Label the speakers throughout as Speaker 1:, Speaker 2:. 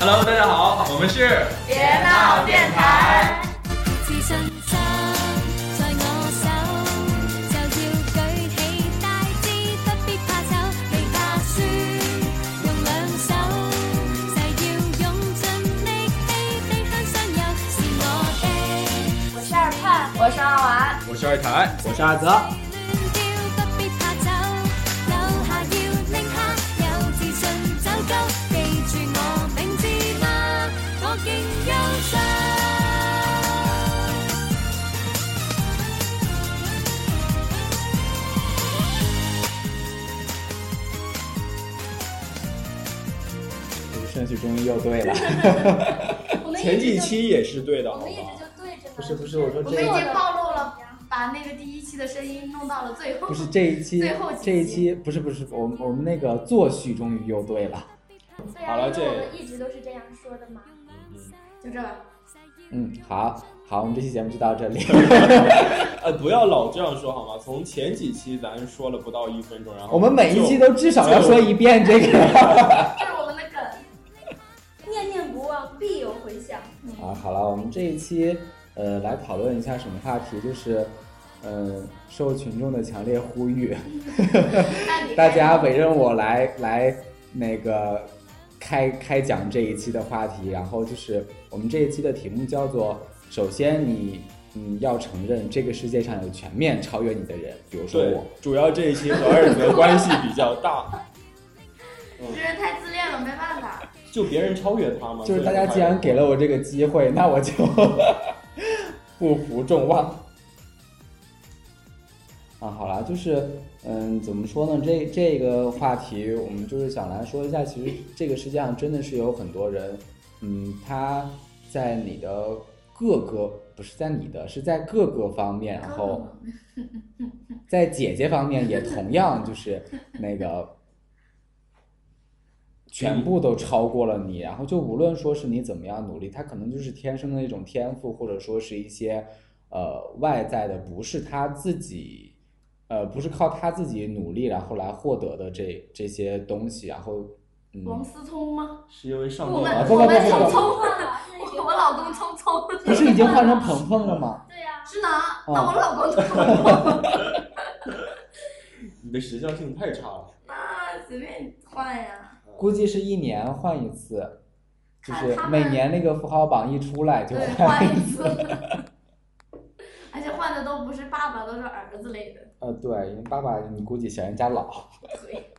Speaker 1: Hello，大家好，我们是
Speaker 2: 别闹电台。
Speaker 3: 自信心在我手，就要舉起大支，不必怕醜，未怕輸，用兩手，誓要用盡力氣地向上游，是我的
Speaker 2: 我是二盼，我是二娃，
Speaker 1: 我是二台，我是二泽。
Speaker 3: 亂叫，不必怕醜，扭下要拎下，有自信走高，記住我名字嗎？我勁優秀。
Speaker 4: 顺序终于又对 了，
Speaker 2: 我们一直
Speaker 4: 前
Speaker 2: 就
Speaker 4: 几期也是对的，
Speaker 2: 我
Speaker 4: 好
Speaker 2: 们
Speaker 4: 不
Speaker 2: 一直
Speaker 4: 好？
Speaker 2: 就对着呢。
Speaker 4: 不是不是，我说
Speaker 2: 我
Speaker 4: 这
Speaker 2: 们已
Speaker 4: 个
Speaker 2: 经暴露了，把那个第一期的声音弄到了最后。
Speaker 4: 不是这一期
Speaker 2: 最后几，期
Speaker 4: 这一期不是不是，我们我们那个作序终于又对了，
Speaker 5: 对
Speaker 4: 好
Speaker 5: 啊，
Speaker 4: 了
Speaker 5: 因
Speaker 4: 这
Speaker 5: 为我们一直都是这样说的嘛。
Speaker 2: 就这吧。
Speaker 4: 嗯，好好，我们这期节目就到 这里，
Speaker 6: 呃，不要老这样说好吗？从前几期咱说了不到一分钟，然后
Speaker 4: 我们每一期都至少要说一遍这个
Speaker 2: 这是我们的梗。
Speaker 5: 念念不忘，必有回响。
Speaker 4: 啊，好了，我们这一期呃来讨论一下什么话题，就是呃受群众的强烈呼吁，
Speaker 2: 那你
Speaker 4: 大家委任我来来那个开开讲这一期的话题，然后就是我们这一期的题目叫做“首先你嗯要承认这个世界上有全面超越你的人”，比如说
Speaker 6: 对
Speaker 4: 我，，
Speaker 6: 主要这一期和二泽关系比较大，
Speaker 2: 这人太自恋了，没办法。
Speaker 6: 就别人超越他嘛。
Speaker 4: 就是
Speaker 6: 所
Speaker 4: 大
Speaker 6: 以
Speaker 4: 家
Speaker 6: 他
Speaker 4: 既然给了我这个机会，那我就 不负众望。啊，好啦，就是，嗯，怎么说呢？这这个话题，我们就是想来说一下，其实这个世界上真的是有很多人，嗯，他在你的各个不是在你的，是在各个方面，然后在姐姐方面也同样就是那个全部都超过了你，然后就无论说是你怎么样努力，他可能就是天生的一种天赋，或者说是一些呃外在的，不是他自己，呃，不是靠他自己努力然后来获得的这这些东西，然后嗯，
Speaker 2: 王思聪吗？
Speaker 6: 是因为上
Speaker 2: 我
Speaker 6: 帝
Speaker 2: 们
Speaker 4: 啊
Speaker 6: 把
Speaker 4: 不
Speaker 2: 我
Speaker 4: 不
Speaker 2: 们
Speaker 4: 不
Speaker 2: 聪
Speaker 4: 不
Speaker 2: 聪，
Speaker 5: 哇，那你觉得
Speaker 2: 我老公聪聪
Speaker 4: 不是已经换成鹏鹏了吗？
Speaker 5: 对啊，
Speaker 2: 是呢，那我老公聪 聪，
Speaker 6: 你的时效性太差了。
Speaker 2: 那随便换呀。
Speaker 4: 估计是一年换一次，就
Speaker 2: 看
Speaker 4: 是
Speaker 2: 他
Speaker 4: 每
Speaker 2: 们
Speaker 4: 年那个富豪榜一出来就
Speaker 2: 对，
Speaker 4: 换
Speaker 2: 换
Speaker 4: 一次。
Speaker 2: 一次。 而且换的都不是爸爸，都是儿子类的。
Speaker 4: 呃，对，因为爸爸你估计嫌人家老。
Speaker 2: 嘴。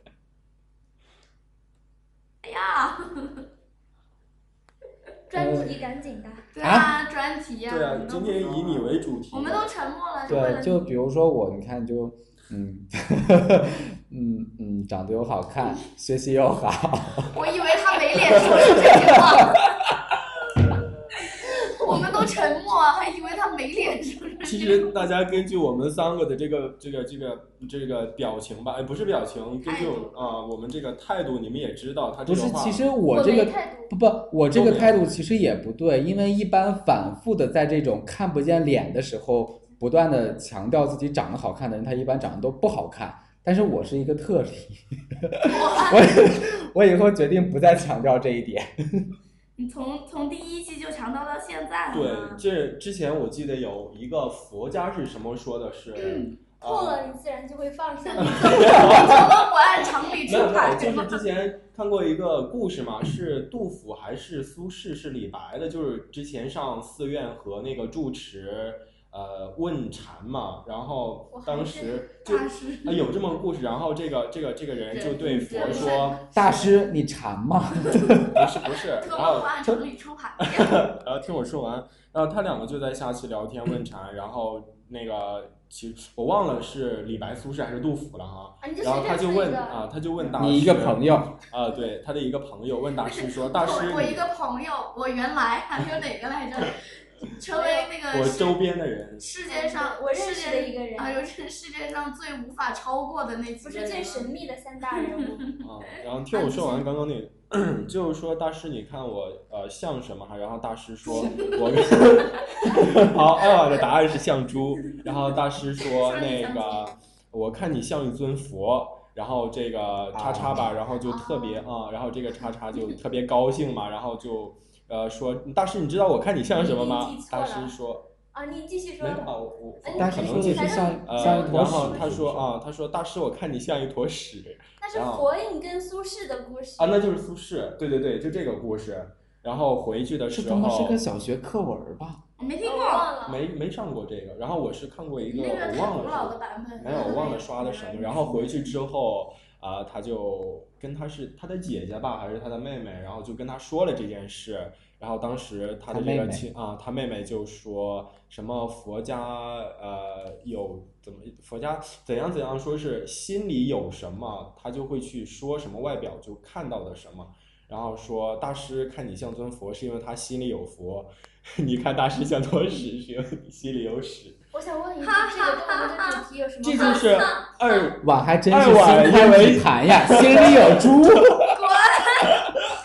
Speaker 2: 哎呀，
Speaker 5: 专题赶紧的。
Speaker 2: 对啊，专题呀、
Speaker 6: 对啊
Speaker 2: 你，都
Speaker 6: 今
Speaker 2: 不
Speaker 6: 天
Speaker 2: 说
Speaker 6: 以你为主题，啊
Speaker 2: 我们都沉默了，为
Speaker 4: 对，
Speaker 2: 了
Speaker 4: 就
Speaker 2: 你
Speaker 4: 比如说我，你看就，嗯， 嗯嗯，长得又好看，学习又好，
Speaker 2: 我以为他没脸说出这句 话。我们都沉默，啊还以为他没脸说出
Speaker 6: 其
Speaker 2: 这句话。
Speaker 6: 实大家根据我们三个的这个这个这个这个表情吧，哎，不是表情，根据我们
Speaker 2: 态
Speaker 6: 啊、我们这个态度，你们也知道他这
Speaker 4: 不
Speaker 6: 个
Speaker 4: 是，
Speaker 6: 话
Speaker 4: 其实我这
Speaker 5: 没
Speaker 4: 个
Speaker 5: 态
Speaker 4: 不
Speaker 5: 度，
Speaker 4: 不，我这
Speaker 6: 都
Speaker 4: 个
Speaker 6: 没
Speaker 4: 态度其实也不对，因为一般反复的在这种看不见脸的时候，不断的强调自己长得好看的人，他一般长得都不好看。但是我是一个特例， 我我以后决定不再强调这一点。
Speaker 2: 你从从第一期就强调到现在
Speaker 6: 对
Speaker 2: 了，
Speaker 6: 这之前我记得有一个佛家是什么说的是，啊、
Speaker 5: 痛了你自然就会放下。
Speaker 2: 怎么不按常理
Speaker 6: 没有
Speaker 2: 出
Speaker 6: 没
Speaker 2: 牌
Speaker 6: 有，？就是之前看过一个故事嘛，是杜甫还是苏轼是李白的，就是之前上寺院和那个住持呃问禅嘛，然后当时就
Speaker 2: 大师
Speaker 6: 啊有这么个故事，然后这个这个这个人就对佛
Speaker 2: 人
Speaker 6: 说，
Speaker 4: 大师，你馋吗？
Speaker 6: 不是不是，然
Speaker 2: 根本
Speaker 6: 后
Speaker 2: 不按常理 出牌。
Speaker 6: 然呃后听我说完，然后他两个就在下棋聊天问禅，然后那个其实我忘了是李白、苏轼还是杜甫了哈。
Speaker 5: 啊，你就随
Speaker 6: 然后
Speaker 5: 便
Speaker 6: 他就
Speaker 5: 说一
Speaker 6: 问
Speaker 5: 个
Speaker 6: 啊，他就问 大师，
Speaker 4: 你一个朋友，
Speaker 6: 啊、对，他的一个朋友问大师说：“ 大师
Speaker 2: 我，我一
Speaker 6: 你
Speaker 2: 个朋友，我原来还有哪个来着？成为那个
Speaker 6: 我
Speaker 2: 世
Speaker 6: 周边的人，
Speaker 2: 世界上
Speaker 5: 我认
Speaker 2: 世
Speaker 5: 识
Speaker 2: 界
Speaker 5: 的一个人
Speaker 2: 啊，就是世界上最无法超过的那几
Speaker 5: 不
Speaker 2: 个
Speaker 5: 是最
Speaker 2: 人
Speaker 5: 神
Speaker 2: 了
Speaker 5: 秘的三大人物。
Speaker 6: 啊，然后听我说完刚刚那， 就是说大师，你看我呃像什么哈？然后大师 说，我跟 好，艾娃的答案是像猪。然后大师说
Speaker 2: 像你
Speaker 6: 那
Speaker 2: 像
Speaker 6: 个，我看你像一尊佛。然后这
Speaker 4: 啊
Speaker 6: 个叉叉吧，然后就特别啊、然后这个叉叉就特别高兴嘛，然后就呃说大师，你知道我看你像什么吗
Speaker 2: 你记？错
Speaker 6: 大
Speaker 2: 了
Speaker 6: 师说
Speaker 5: 啊，你继续
Speaker 6: 没
Speaker 5: 说
Speaker 6: 有，啊，我
Speaker 5: 哎
Speaker 6: 我
Speaker 4: 但
Speaker 6: 可
Speaker 4: 是
Speaker 5: 你
Speaker 4: 说
Speaker 6: 能记
Speaker 4: 的
Speaker 6: 错
Speaker 4: 是
Speaker 5: 反正
Speaker 4: 像
Speaker 6: 呃
Speaker 4: 像一，坨
Speaker 6: 然
Speaker 4: 屎
Speaker 6: 后，他说
Speaker 4: 啊，
Speaker 6: 啊，他说大师，我看你像一坨屎
Speaker 5: 那是
Speaker 6: 然后
Speaker 5: 火影跟苏轼的故事
Speaker 6: 啊，那就是苏轼，对对对，就这个故事。然后回去的
Speaker 4: 这
Speaker 6: 时
Speaker 4: 他妈是
Speaker 6: 候
Speaker 4: 个小学课文儿吧？
Speaker 2: 我没听
Speaker 5: 哦我
Speaker 2: 过，
Speaker 5: 忘了，
Speaker 6: 没没上过这个，然后我是看过一个，
Speaker 2: 那个
Speaker 6: 我
Speaker 2: 太
Speaker 6: 忘
Speaker 2: 古老的
Speaker 6: 了
Speaker 2: 版本，
Speaker 6: 是，没有我 忘了刷的什么。然后回去之后啊、他就跟他是他的姐姐吧，还是他的妹妹，然后就跟他说了这件事。然后当时他的
Speaker 4: 他
Speaker 6: 这
Speaker 4: 妹
Speaker 6: 个
Speaker 4: 妹
Speaker 6: 亲啊，他妹妹就说什么佛家呃有怎么佛家怎样怎样，说是心里有什么，他就会去说什么，外表就看到的什么。然后说大师看你像尊佛，是因为他心里有佛； 你看大师像坨屎，是因为你心里有屎。
Speaker 5: 我想问一
Speaker 2: 哈
Speaker 5: 下，这个跟我们的主题有什么
Speaker 6: 这
Speaker 5: 关系？
Speaker 6: 就是二
Speaker 4: 哇，还真
Speaker 6: 哎
Speaker 4: 是
Speaker 6: 我
Speaker 4: 心
Speaker 6: 因
Speaker 4: 宽
Speaker 6: 为
Speaker 4: 体盘 呀，心里有猪。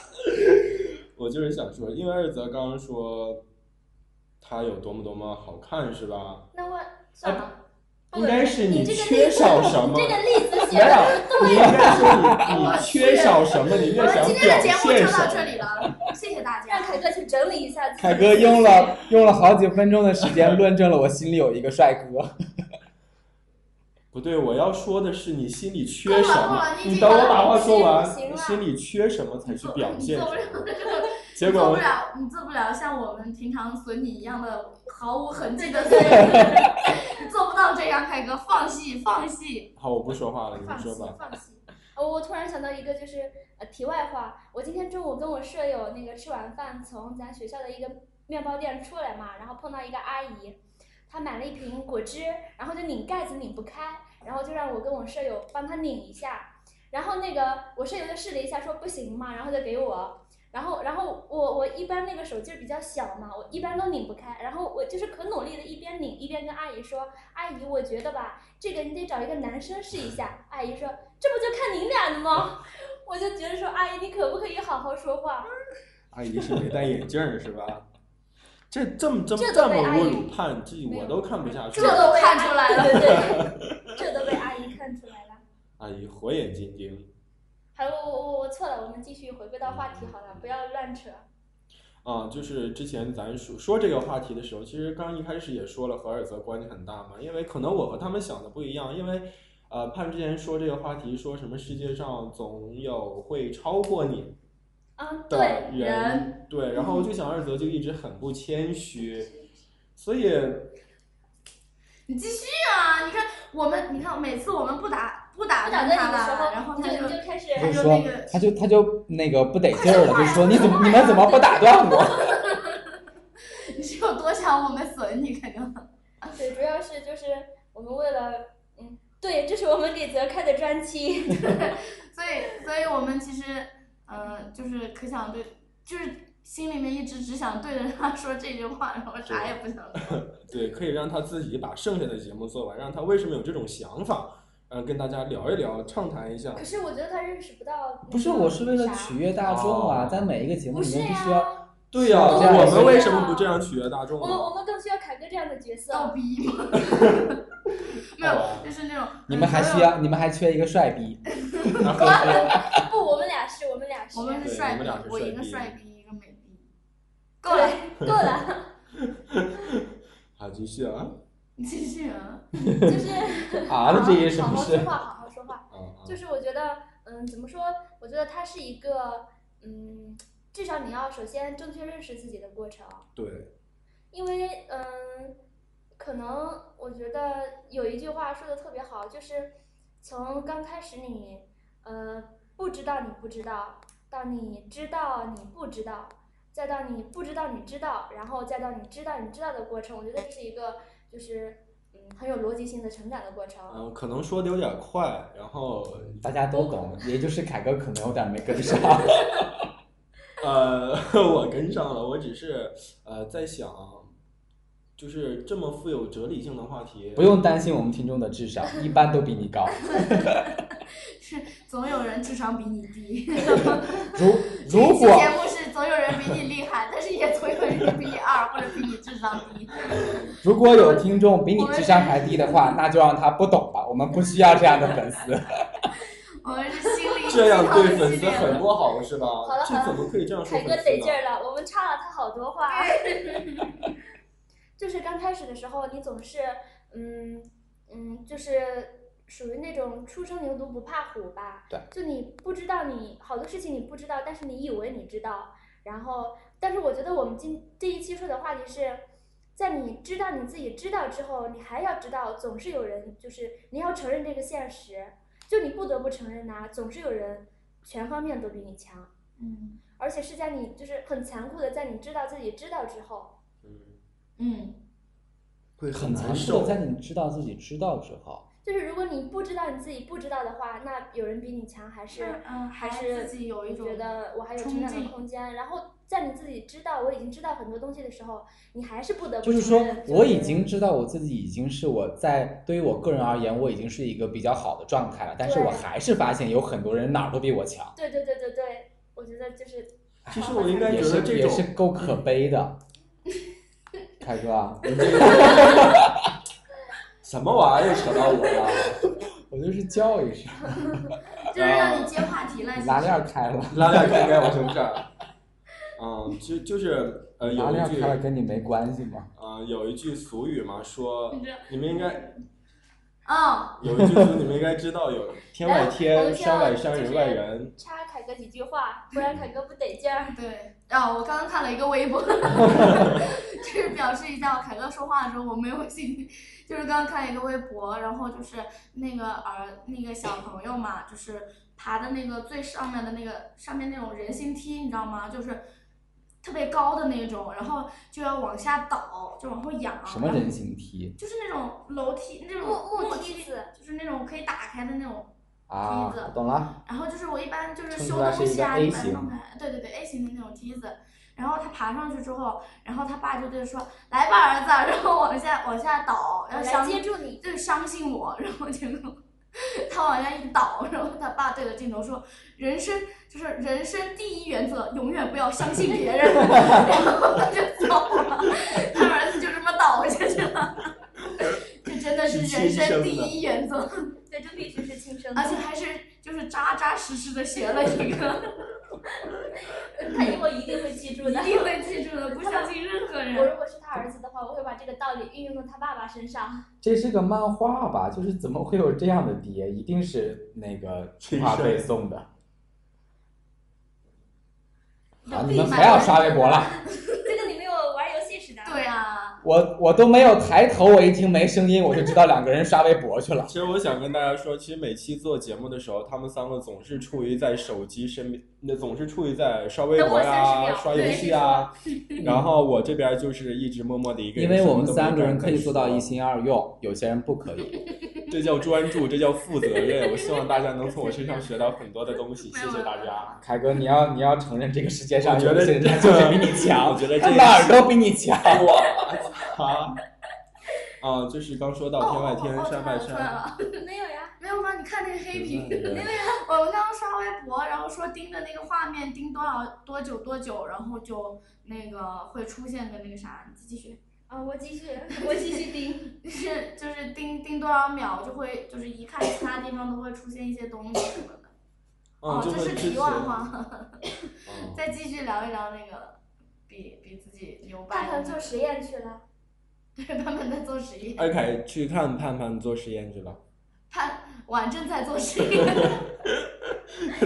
Speaker 6: 我就是想说，因为二泽刚刚说他有多么多么好看，是吧？
Speaker 5: 那我算了，
Speaker 6: 呃
Speaker 5: 不
Speaker 6: 应该是
Speaker 5: 你
Speaker 6: 你
Speaker 5: 这个
Speaker 6: 缺
Speaker 5: 例子
Speaker 6: 少什么
Speaker 5: 你这个例子
Speaker 6: 没
Speaker 5: 写 的
Speaker 6: 有，你应该说你你缺少什么，你
Speaker 2: 我
Speaker 6: 越
Speaker 2: 们
Speaker 6: 想
Speaker 2: 今天
Speaker 6: 表
Speaker 2: 的节目
Speaker 6: 现
Speaker 2: 就
Speaker 6: 什
Speaker 2: 到这
Speaker 6: 么。
Speaker 2: 里了，谢谢大
Speaker 5: 让
Speaker 2: 家。
Speaker 5: 凯哥去整理一下自己。
Speaker 4: 凯哥用了用了好几分钟的时间论证了我心里有一个帅哥。
Speaker 6: 不对，我要说的是你心里缺
Speaker 2: 够了
Speaker 6: 什
Speaker 2: 够
Speaker 6: 么
Speaker 2: 了，你已
Speaker 6: 你
Speaker 2: 经
Speaker 6: 等我
Speaker 2: 完
Speaker 6: 把话说
Speaker 5: 行
Speaker 6: 完，
Speaker 5: 了
Speaker 6: 心里缺什么才去
Speaker 2: 做
Speaker 6: 表现
Speaker 2: 啊你
Speaker 6: 什
Speaker 2: 做不
Speaker 6: 么。
Speaker 2: 了
Speaker 6: 结
Speaker 2: 这 个，
Speaker 6: 果
Speaker 2: 做
Speaker 6: 我
Speaker 2: 不了，你做不了像我们平常损你一样的毫无痕迹 的损你，你做不到这样，凯哥，放弃放弃。
Speaker 6: 好，我不说话了，你们
Speaker 2: 放
Speaker 6: 说吧。
Speaker 5: 放弃。呃，我突然想到一个，就是呃，题外话，我今天中午跟我舍友那个吃完饭，从咱学校的一个面包店出来嘛，然后碰到一个阿姨，她买了一瓶果汁，然后就拧盖子拧不开，然后就让我跟我舍友帮她拧一下，然后那个我舍友就试了一下，说不行嘛，然后就给我。然后，然后我我一般那个手劲儿比较小嘛，我一般都拧不开。然后我就是可努力的，一边拧一边跟阿姨说：“阿姨，我觉得吧，这个你得找一个男生试一下。阿姨说，这不就看你俩的吗？ 我就觉得说，阿姨你可不可以好好说话？
Speaker 6: 阿姨是没戴眼镜儿是 吧？这这么这么
Speaker 5: 这
Speaker 6: 这
Speaker 5: 都
Speaker 6: 么
Speaker 5: 被阿姨
Speaker 6: 侮辱判，这
Speaker 5: 没
Speaker 6: 我
Speaker 5: 有
Speaker 6: 都看不下去
Speaker 2: 这。都
Speaker 5: 被
Speaker 2: 看出来了
Speaker 5: 阿姨对对对， 这都被阿姨看出来了。
Speaker 6: 阿姨啊火眼金睛
Speaker 5: 好了，我我我错了，我们继续回归到话题好了，不要乱扯。
Speaker 6: 啊，就是之前咱说说这个话题的时候，其实刚一开始也说了和尔泽关系很大嘛，因为可能我和他们想的不一样，因为。呃，盼之前说这个话题，说什么世界上总有会超过你
Speaker 5: 啊，对，
Speaker 6: 的
Speaker 2: 人
Speaker 6: 人，对，然后我就想二泽就一直很不谦虚，所以
Speaker 2: 你继续啊！你看我们，你看每次我们不打不打
Speaker 5: 不打
Speaker 2: 断
Speaker 5: 断你
Speaker 2: 他
Speaker 5: 的时
Speaker 2: 了，然
Speaker 5: 候，
Speaker 2: 后
Speaker 5: 你
Speaker 2: 他
Speaker 5: 就
Speaker 2: 就
Speaker 5: 你就开始，
Speaker 4: 他就
Speaker 2: 就
Speaker 4: 说
Speaker 2: 那个，
Speaker 4: 他就他就那个不得劲儿了，就说你怎么你们怎么不打断我？
Speaker 2: 你是有多想我们损你，凯哥？
Speaker 5: 对，主要是就是我们为了，嗯，对，这是我们给泽开的专期。
Speaker 2: 所以，所以我们其实，呃，就是可想对，就是心里面一直只想对着他说这句话，然后啥也不想说。
Speaker 6: 对，可以让他自己把剩下的节目做完，让他为什么有这种想法，呃，跟大家聊一聊，畅谈一下
Speaker 5: 可。是我觉得他认识不到。
Speaker 4: 不是，我是为了取。悦大众啊，
Speaker 6: 哦
Speaker 4: 在每一个节目
Speaker 5: 不
Speaker 4: 里
Speaker 5: 是
Speaker 4: 面必
Speaker 5: 呀、
Speaker 4: 须要。
Speaker 6: 对呀、
Speaker 4: 是这样
Speaker 6: 我
Speaker 4: 的
Speaker 6: 们为什么不这样取悦大众
Speaker 5: 我们
Speaker 6: 呢？
Speaker 5: 我们更需要凯哥这样的角
Speaker 2: 逗
Speaker 5: 色。
Speaker 2: 逼嘛，没有，
Speaker 6: 哦
Speaker 2: 就是那种
Speaker 4: 你们还需
Speaker 5: 哎
Speaker 4: 要，你们还缺一个帅 逼。
Speaker 5: 不，我们俩是，我们俩是。
Speaker 2: 我们是
Speaker 6: 对
Speaker 2: 帅
Speaker 6: 我们
Speaker 2: 逼
Speaker 6: 俩是，
Speaker 2: 我
Speaker 6: 帅
Speaker 2: 一个
Speaker 6: 逼
Speaker 2: 帅逼，一个美逼，够
Speaker 5: 够了
Speaker 2: 了，，
Speaker 5: 够了。
Speaker 6: 好，继续啊，
Speaker 2: 你继续啊。
Speaker 5: 就是
Speaker 4: 啊，这是什
Speaker 5: 好
Speaker 4: 么
Speaker 5: 好说
Speaker 4: 事？
Speaker 5: 话，好好说话。
Speaker 6: 啊啊
Speaker 5: 就是我觉得，嗯，怎么说？我觉得它是一个，嗯，至少你要首先正确认识自己的过程，
Speaker 6: 对，
Speaker 5: 因为，嗯，可能我觉得有一句话说的特别好，就是从刚开始你，呃，不知道你不知道，到你知道你不知道，再到你不知道你知道，然后再到你知道你知道的过程，我觉得这是一个就是嗯很有逻辑性的成长的过程。
Speaker 6: 嗯、可能说的有点快，然后
Speaker 4: 大家都懂，也就是凯哥可能有点没跟上。
Speaker 6: 呃， 我跟上了，我只是呃在想，就是这么富有哲理性的话题，
Speaker 4: 不用担心我们听众的智商，一般都比你高。
Speaker 2: 是总有人智商比你 低。
Speaker 4: 如 如
Speaker 2: 这期
Speaker 4: 果
Speaker 2: 节目是总有人比你厉害，但是也总有人比你二或者比你智商低。
Speaker 4: 如果有 听众比你智商还低的话，那就让他不懂吧，我们不需要这样的粉丝。
Speaker 2: 我们是心灵
Speaker 6: 这样对粉
Speaker 2: 鸡
Speaker 6: 丝
Speaker 2: 汤系列
Speaker 6: 很不好是吧？
Speaker 5: 了好
Speaker 6: 这
Speaker 5: 了
Speaker 6: 怎么可以这样说
Speaker 5: 凯
Speaker 6: 粉
Speaker 5: 哥
Speaker 6: 丝
Speaker 5: 得劲
Speaker 6: 呢？
Speaker 5: 儿了，我们插了他好多话。 就是刚开始的时候，你总是嗯嗯，就是属于那种初生牛犊不怕虎吧？
Speaker 4: 对。
Speaker 5: 就你不知道你好多事情你不知道，但是你以为你知道。然后，但是我觉得我们今这一期说的话题是。在你知道你自己知道之后，你还要知道，总是有人就是你要承认这个现实，就你不得不承认呐、总是有人全方面都比你强。
Speaker 2: 嗯
Speaker 5: 而且是在你就是很残酷的，在你知道自己知道之后，
Speaker 6: 嗯
Speaker 2: 嗯，
Speaker 4: 会
Speaker 6: 很难
Speaker 4: 难
Speaker 6: 受
Speaker 4: 受。在你知道自己知道之后，
Speaker 5: 就是如果你不知道你自己不知道的话，那有人比你强还是、
Speaker 2: 嗯，
Speaker 5: 还
Speaker 2: 自
Speaker 5: 是
Speaker 2: 己有一种
Speaker 5: 觉得我还有成
Speaker 2: 冲
Speaker 5: 长的
Speaker 2: 劲
Speaker 5: 空间。然后在你自己知道我已经知道很多东西的时候，你还是不得不
Speaker 4: 就是
Speaker 5: 承
Speaker 4: 说
Speaker 5: 认，
Speaker 4: 我已经知道我自己已经是我在对于我个人而言，我已经是一个比较好的状态了，但是我
Speaker 5: 对
Speaker 4: 还是发现有很多人哪儿都比我强，
Speaker 5: 对对对对对，我觉得就是
Speaker 6: 其实我应该
Speaker 4: 也
Speaker 6: 觉
Speaker 4: 是
Speaker 6: 得这
Speaker 4: 也
Speaker 6: 种
Speaker 4: 是够可 悲的。凯哥，啊
Speaker 6: 什么玩意儿扯到我了，
Speaker 4: 我就是叫 一声，
Speaker 2: 就是让你接话题了，
Speaker 4: 你
Speaker 2: 其
Speaker 4: 拉
Speaker 2: 实
Speaker 4: 链儿开了，
Speaker 6: 拉链开开我什么事儿？嗯，就就是呃
Speaker 4: 拉
Speaker 6: 有
Speaker 4: 链
Speaker 6: 一
Speaker 4: 儿
Speaker 6: 句
Speaker 4: 开了跟你没关系吗？
Speaker 6: 啊、有一句俗语嘛，说
Speaker 2: 你这
Speaker 6: 你们应该
Speaker 2: 嗯，
Speaker 6: 有一句俗，你们应该知道 有天外
Speaker 5: 哎我
Speaker 6: 天，
Speaker 5: 知道
Speaker 6: 山外山，
Speaker 5: 就是
Speaker 6: 人外人。
Speaker 5: 插凯哥几句话，不然凯哥不得劲 儿。
Speaker 2: 对，啊，我刚刚看了一个微 博，就是表示一下，凯哥说话的时候我没有信，就是刚刚看了一个微博，然后就是那个儿那个小朋友嘛，就是爬的那个最上面的那个上面那种人行梯，你知道吗？就是特别高的那种，然后就要往下倒，就往后仰，
Speaker 4: 什么人行梯
Speaker 2: 就是那种楼梯，那种
Speaker 5: 木木
Speaker 2: 木
Speaker 5: 梯子，
Speaker 2: 就是那种可以打开的那种。
Speaker 4: 啊
Speaker 2: 梯子？
Speaker 4: 懂了，
Speaker 2: 然后就是我一般就是
Speaker 4: 撑
Speaker 2: 修
Speaker 4: 出来是
Speaker 2: 东
Speaker 4: 一
Speaker 2: 西
Speaker 4: 个
Speaker 2: 啊，
Speaker 4: A
Speaker 2: 一般
Speaker 4: 型
Speaker 2: 弄开，对对对 A 型的那种梯子。然后他爬上去之后，然后他爸就对他说：“来吧，儿子。”然后往下往下倒，
Speaker 5: 我
Speaker 2: 然后
Speaker 5: 来
Speaker 2: 伤
Speaker 5: 接住你。
Speaker 2: 就是伤心我，然后结果他往下一倒，然后他爸对着镜头说：“人生就是人生第一原则，永远不要相信别人。” 然后他就走了，他儿子就这么倒下去了。 这真的是
Speaker 6: 是
Speaker 2: 人
Speaker 6: 亲生
Speaker 2: 生第
Speaker 6: 的
Speaker 2: 一原则。
Speaker 5: 对，这必须是亲生的
Speaker 2: 而。且还是就是扎扎实实的学了一个，
Speaker 5: 他以后一定会记住
Speaker 2: 一
Speaker 5: 的。
Speaker 2: 定会记住的，不相信任何
Speaker 5: 我
Speaker 2: 人。
Speaker 5: 如果是他儿子的话，我会把这个道理运用到他爸爸身上。
Speaker 4: 这是个漫画吧？就是怎么会有这样的爹？一定是那个
Speaker 6: 亲
Speaker 4: 话费
Speaker 6: 生
Speaker 4: 送的。好，
Speaker 2: 有
Speaker 4: 啊你
Speaker 2: 地
Speaker 4: 们
Speaker 2: 买
Speaker 4: 不要
Speaker 2: 的
Speaker 4: 刷微博了。
Speaker 5: 这个你没有玩游戏时代。
Speaker 2: 对啊，
Speaker 4: 我我都没有抬头，我一听没声音，我就知道两个人刷微博去了。
Speaker 6: 其实我想跟大家说，其实每期做节目的时候，他们三个总是处于在手机身边，那总是处于在刷微博
Speaker 5: 等我30
Speaker 6: 呀、
Speaker 5: 秒
Speaker 6: 刷游戏啊。 然后我这边就是一直默默的一个
Speaker 4: 因
Speaker 6: 人，什
Speaker 4: 为
Speaker 6: 么
Speaker 4: 我们
Speaker 6: 都没
Speaker 4: 三个人
Speaker 6: 干
Speaker 4: 可以做到一，
Speaker 6: 干
Speaker 4: 心二用，有些人不可以。
Speaker 6: 什么这叫专注，这叫负责任。我希望大家能从我身上学到很多的东西，谢谢大 家。
Speaker 4: 凯哥，你要你要承认这个世界上
Speaker 6: 我觉
Speaker 4: 有
Speaker 6: 得
Speaker 4: 些人他 就是比你
Speaker 6: 我
Speaker 4: 强，
Speaker 6: 觉得
Speaker 4: 他
Speaker 6: 这
Speaker 4: 哪儿都比你强。
Speaker 6: 啊啊，就是刚说到天外天，
Speaker 2: 哦哦哦
Speaker 6: 山外
Speaker 2: 出来了出来
Speaker 6: 山，
Speaker 2: 了，
Speaker 5: 没有呀，
Speaker 2: 没有吗？你看那个黑屏，
Speaker 6: 人外人
Speaker 2: 我们刚刚刷微博，然后说盯着那个画面盯多少多久多久，然后就那个会出现的那个啥，你继续，
Speaker 5: 啊，我继续，我继续盯。
Speaker 2: 就是就是盯盯多少秒就会，就是一看其他地方都会出现一些东西什么的。
Speaker 6: 嗯，
Speaker 2: 哦，
Speaker 6: 就
Speaker 2: 这
Speaker 6: 会
Speaker 2: 是
Speaker 6: 支
Speaker 2: 题
Speaker 6: 持。
Speaker 2: 外话，
Speaker 6: 嗯
Speaker 2: 再继续聊一聊那个比比自己牛
Speaker 5: 大
Speaker 2: 掰的。
Speaker 5: 凡做实验去了，
Speaker 2: 对， 他们在做实验。
Speaker 6: 二凯去看盼盼做实验去了，
Speaker 2: 他晚正在做实验，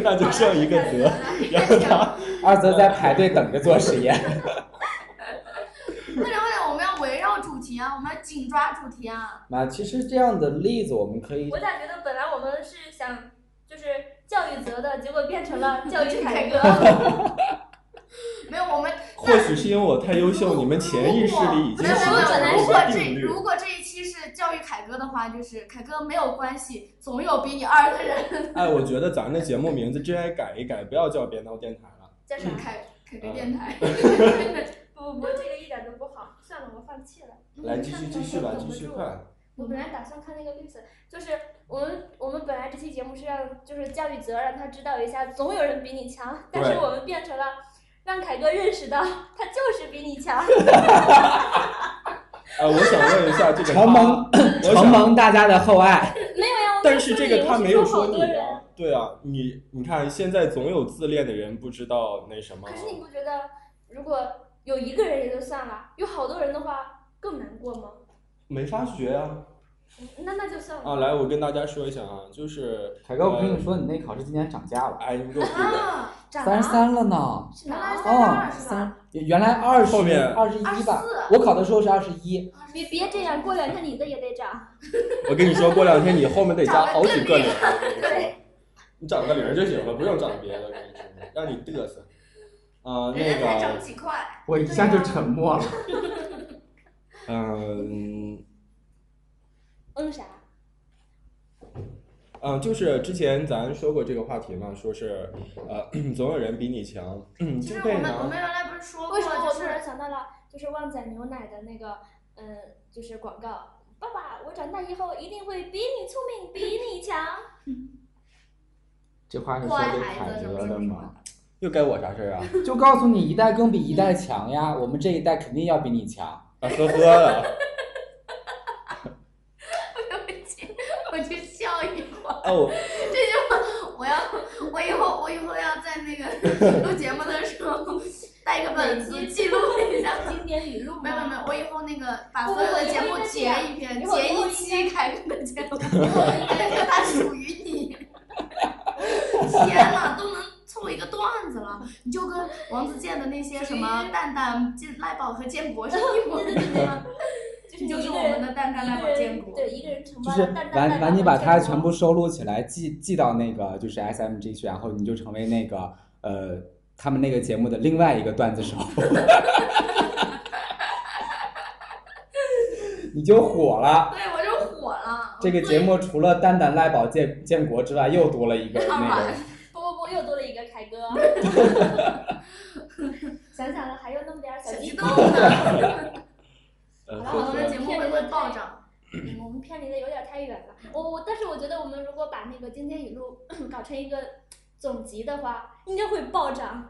Speaker 6: 那 就剩 一个德。
Speaker 2: 然后他，
Speaker 4: 二则在排队等着做实验。
Speaker 2: 不然不然，我们要围绕主题啊，我们要紧抓主题啊。
Speaker 4: 那其实这样的例子我们可以
Speaker 5: 我，咋觉得本来我们是想就是教育泽的，结果变成 了教育凯
Speaker 2: 教
Speaker 5: 哥。
Speaker 2: 没有，我们
Speaker 6: 或许是因为我太优秀，你们潜意识里已经
Speaker 2: 没有没
Speaker 6: 形
Speaker 2: 有没有
Speaker 6: 成了
Speaker 2: 如
Speaker 6: 我
Speaker 2: 果
Speaker 6: 的
Speaker 2: 这
Speaker 6: 定律。
Speaker 2: 如果这一期是教育凯哥的话，就是凯哥没有关系，总有比你二 的人。
Speaker 6: 哎，我觉得咱的节目名字真该改一改，不要叫别闹电台了。
Speaker 5: 叫啥？
Speaker 2: 凯凯哥电台，
Speaker 6: 啊
Speaker 5: 不不不，这个一点都不好。算了，我放弃了。
Speaker 6: 来，继续继续吧，
Speaker 5: 嗯
Speaker 6: 继续快。
Speaker 5: 我本来打算看那个 Vips，就是我们我们本来这期节目是让就是教育泽让他知道一下，总有人比你强，但是
Speaker 6: 对
Speaker 5: 我们变成了让凯哥认识到他就是比你 强。
Speaker 6: 哎，我想问一下这个
Speaker 4: 承蒙
Speaker 6: 他，我
Speaker 4: 承
Speaker 6: 想，
Speaker 4: 蒙大家的厚爱。
Speaker 5: 没有呀，我没有
Speaker 6: 但是
Speaker 5: 说
Speaker 6: 这
Speaker 5: 你
Speaker 6: 个他
Speaker 5: 我是
Speaker 6: 没有
Speaker 5: 好
Speaker 6: 说你
Speaker 5: 多人。
Speaker 6: 啊，对啊，你你看，现在总有自恋的人不知道那什么
Speaker 5: 可。是你不觉得，如果有一个人也就算了，有好多人的话更难过吗？
Speaker 6: 没法学啊！
Speaker 5: 那那就算了。
Speaker 6: 啊，来，我跟大家说一下啊，就是
Speaker 4: 凯哥，我跟
Speaker 6: 呃
Speaker 4: 你说，你那考试今年涨价了，
Speaker 6: 哎，你给我闭嘴！
Speaker 2: 啊，
Speaker 5: 长
Speaker 4: 三十
Speaker 5: 啊，
Speaker 4: 三了呢。
Speaker 5: 是
Speaker 2: 原来
Speaker 5: 哪
Speaker 2: 是
Speaker 5: 儿？
Speaker 2: 三
Speaker 4: 哦，
Speaker 2: 十二是
Speaker 4: 三
Speaker 2: 吧？
Speaker 4: 原来二十
Speaker 6: 后面
Speaker 4: 二十一吧，
Speaker 2: 24
Speaker 4: 我考的时候是二十一，
Speaker 5: 别别这样，过两天你的也得涨。
Speaker 6: 我跟你说，过两天你后面得加
Speaker 2: 长得
Speaker 6: 好几
Speaker 2: 更
Speaker 6: 个
Speaker 2: 厉
Speaker 6: 零。我跟你说你长个零儿就行了，不用长别的。我跟你说，让你嘚瑟。啊、
Speaker 2: 人才
Speaker 6: 那
Speaker 2: 涨
Speaker 6: 个，
Speaker 2: 几块，
Speaker 4: 我一下就沉默了。
Speaker 6: 嗯、
Speaker 5: 嗯啥？
Speaker 6: 嗯，就是之前咱说过这个话题嘛，说是，呃， 总有人比你强， 嗯，
Speaker 2: 其
Speaker 6: 就
Speaker 2: 实
Speaker 6: 对
Speaker 2: 我们我
Speaker 6: 呢
Speaker 2: 们。原来不是说过，
Speaker 5: 为什么我
Speaker 2: 就
Speaker 5: 突
Speaker 2: 是
Speaker 5: 然想到了就是旺仔牛奶的那个，嗯，就是广告。爸爸，我长大以后一定会比你聪明，比你强。
Speaker 4: 这话
Speaker 2: 不爱孩子什么什么什么？
Speaker 6: 又该我啥事儿啊？
Speaker 4: 就告诉你，一代更比一代强呀，我们这一代肯定要比你强。
Speaker 6: 啊，呵呵 了。
Speaker 2: 我就笑一会儿。
Speaker 6: 哦，
Speaker 2: 我要，我以后我以后要在那个录节目的时候带一个本子记录一下。
Speaker 5: 经典语录吗
Speaker 2: 没有没有没有，我以后那个把
Speaker 5: 不不
Speaker 2: 所有的
Speaker 5: 不
Speaker 2: 节
Speaker 5: 以后应
Speaker 2: 目
Speaker 5: 该这
Speaker 2: 截
Speaker 5: 样
Speaker 2: 一篇，
Speaker 5: 以后
Speaker 2: 截
Speaker 5: 以后
Speaker 2: 一
Speaker 5: 应
Speaker 2: 期凯哥 的节目，
Speaker 5: 我
Speaker 2: 凯哥它属于你。天呐，都能凑一个段子了，你就跟王自健的那些什么蛋蛋、健赖宝和 建国是一模一样。
Speaker 5: 就是你
Speaker 2: 就
Speaker 5: 一
Speaker 2: 是
Speaker 5: 个
Speaker 2: 我们
Speaker 5: 人
Speaker 2: 的蛋蛋赖
Speaker 5: 一
Speaker 2: 宝
Speaker 5: 个
Speaker 2: 坚
Speaker 5: 人
Speaker 2: 果，
Speaker 5: 对一个人承
Speaker 4: 就
Speaker 5: 包
Speaker 4: 是
Speaker 5: 了蛋蛋
Speaker 4: 完
Speaker 5: 蛋
Speaker 4: 完，你
Speaker 5: 蛋
Speaker 4: 把
Speaker 5: 黄
Speaker 4: 它
Speaker 5: 煎
Speaker 4: 全
Speaker 5: 包
Speaker 4: 部收录起来，寄寄到那个就是 SMG 去，然后你就成为那个呃他们那个节目的另外一个段 子手，你就火了。
Speaker 2: 对我就火了。
Speaker 4: 这个节目除了蛋蛋赖宝建建国之外，又多了一个那个。
Speaker 5: 不不不，又多了一个凯哥。 想想了，还有那么点儿小
Speaker 2: 小激
Speaker 5: 激
Speaker 2: 动
Speaker 5: 动。
Speaker 2: 呢，
Speaker 6: 呃，
Speaker 5: 好
Speaker 2: 我
Speaker 6: 呵
Speaker 5: 了
Speaker 6: 呵
Speaker 2: 们的节。目会不会暴涨？
Speaker 5: 嗯我们偏离的有点太远了。我我，但是我觉得我们如果把那个经典语录 搞成一个总集的话，应该会暴涨。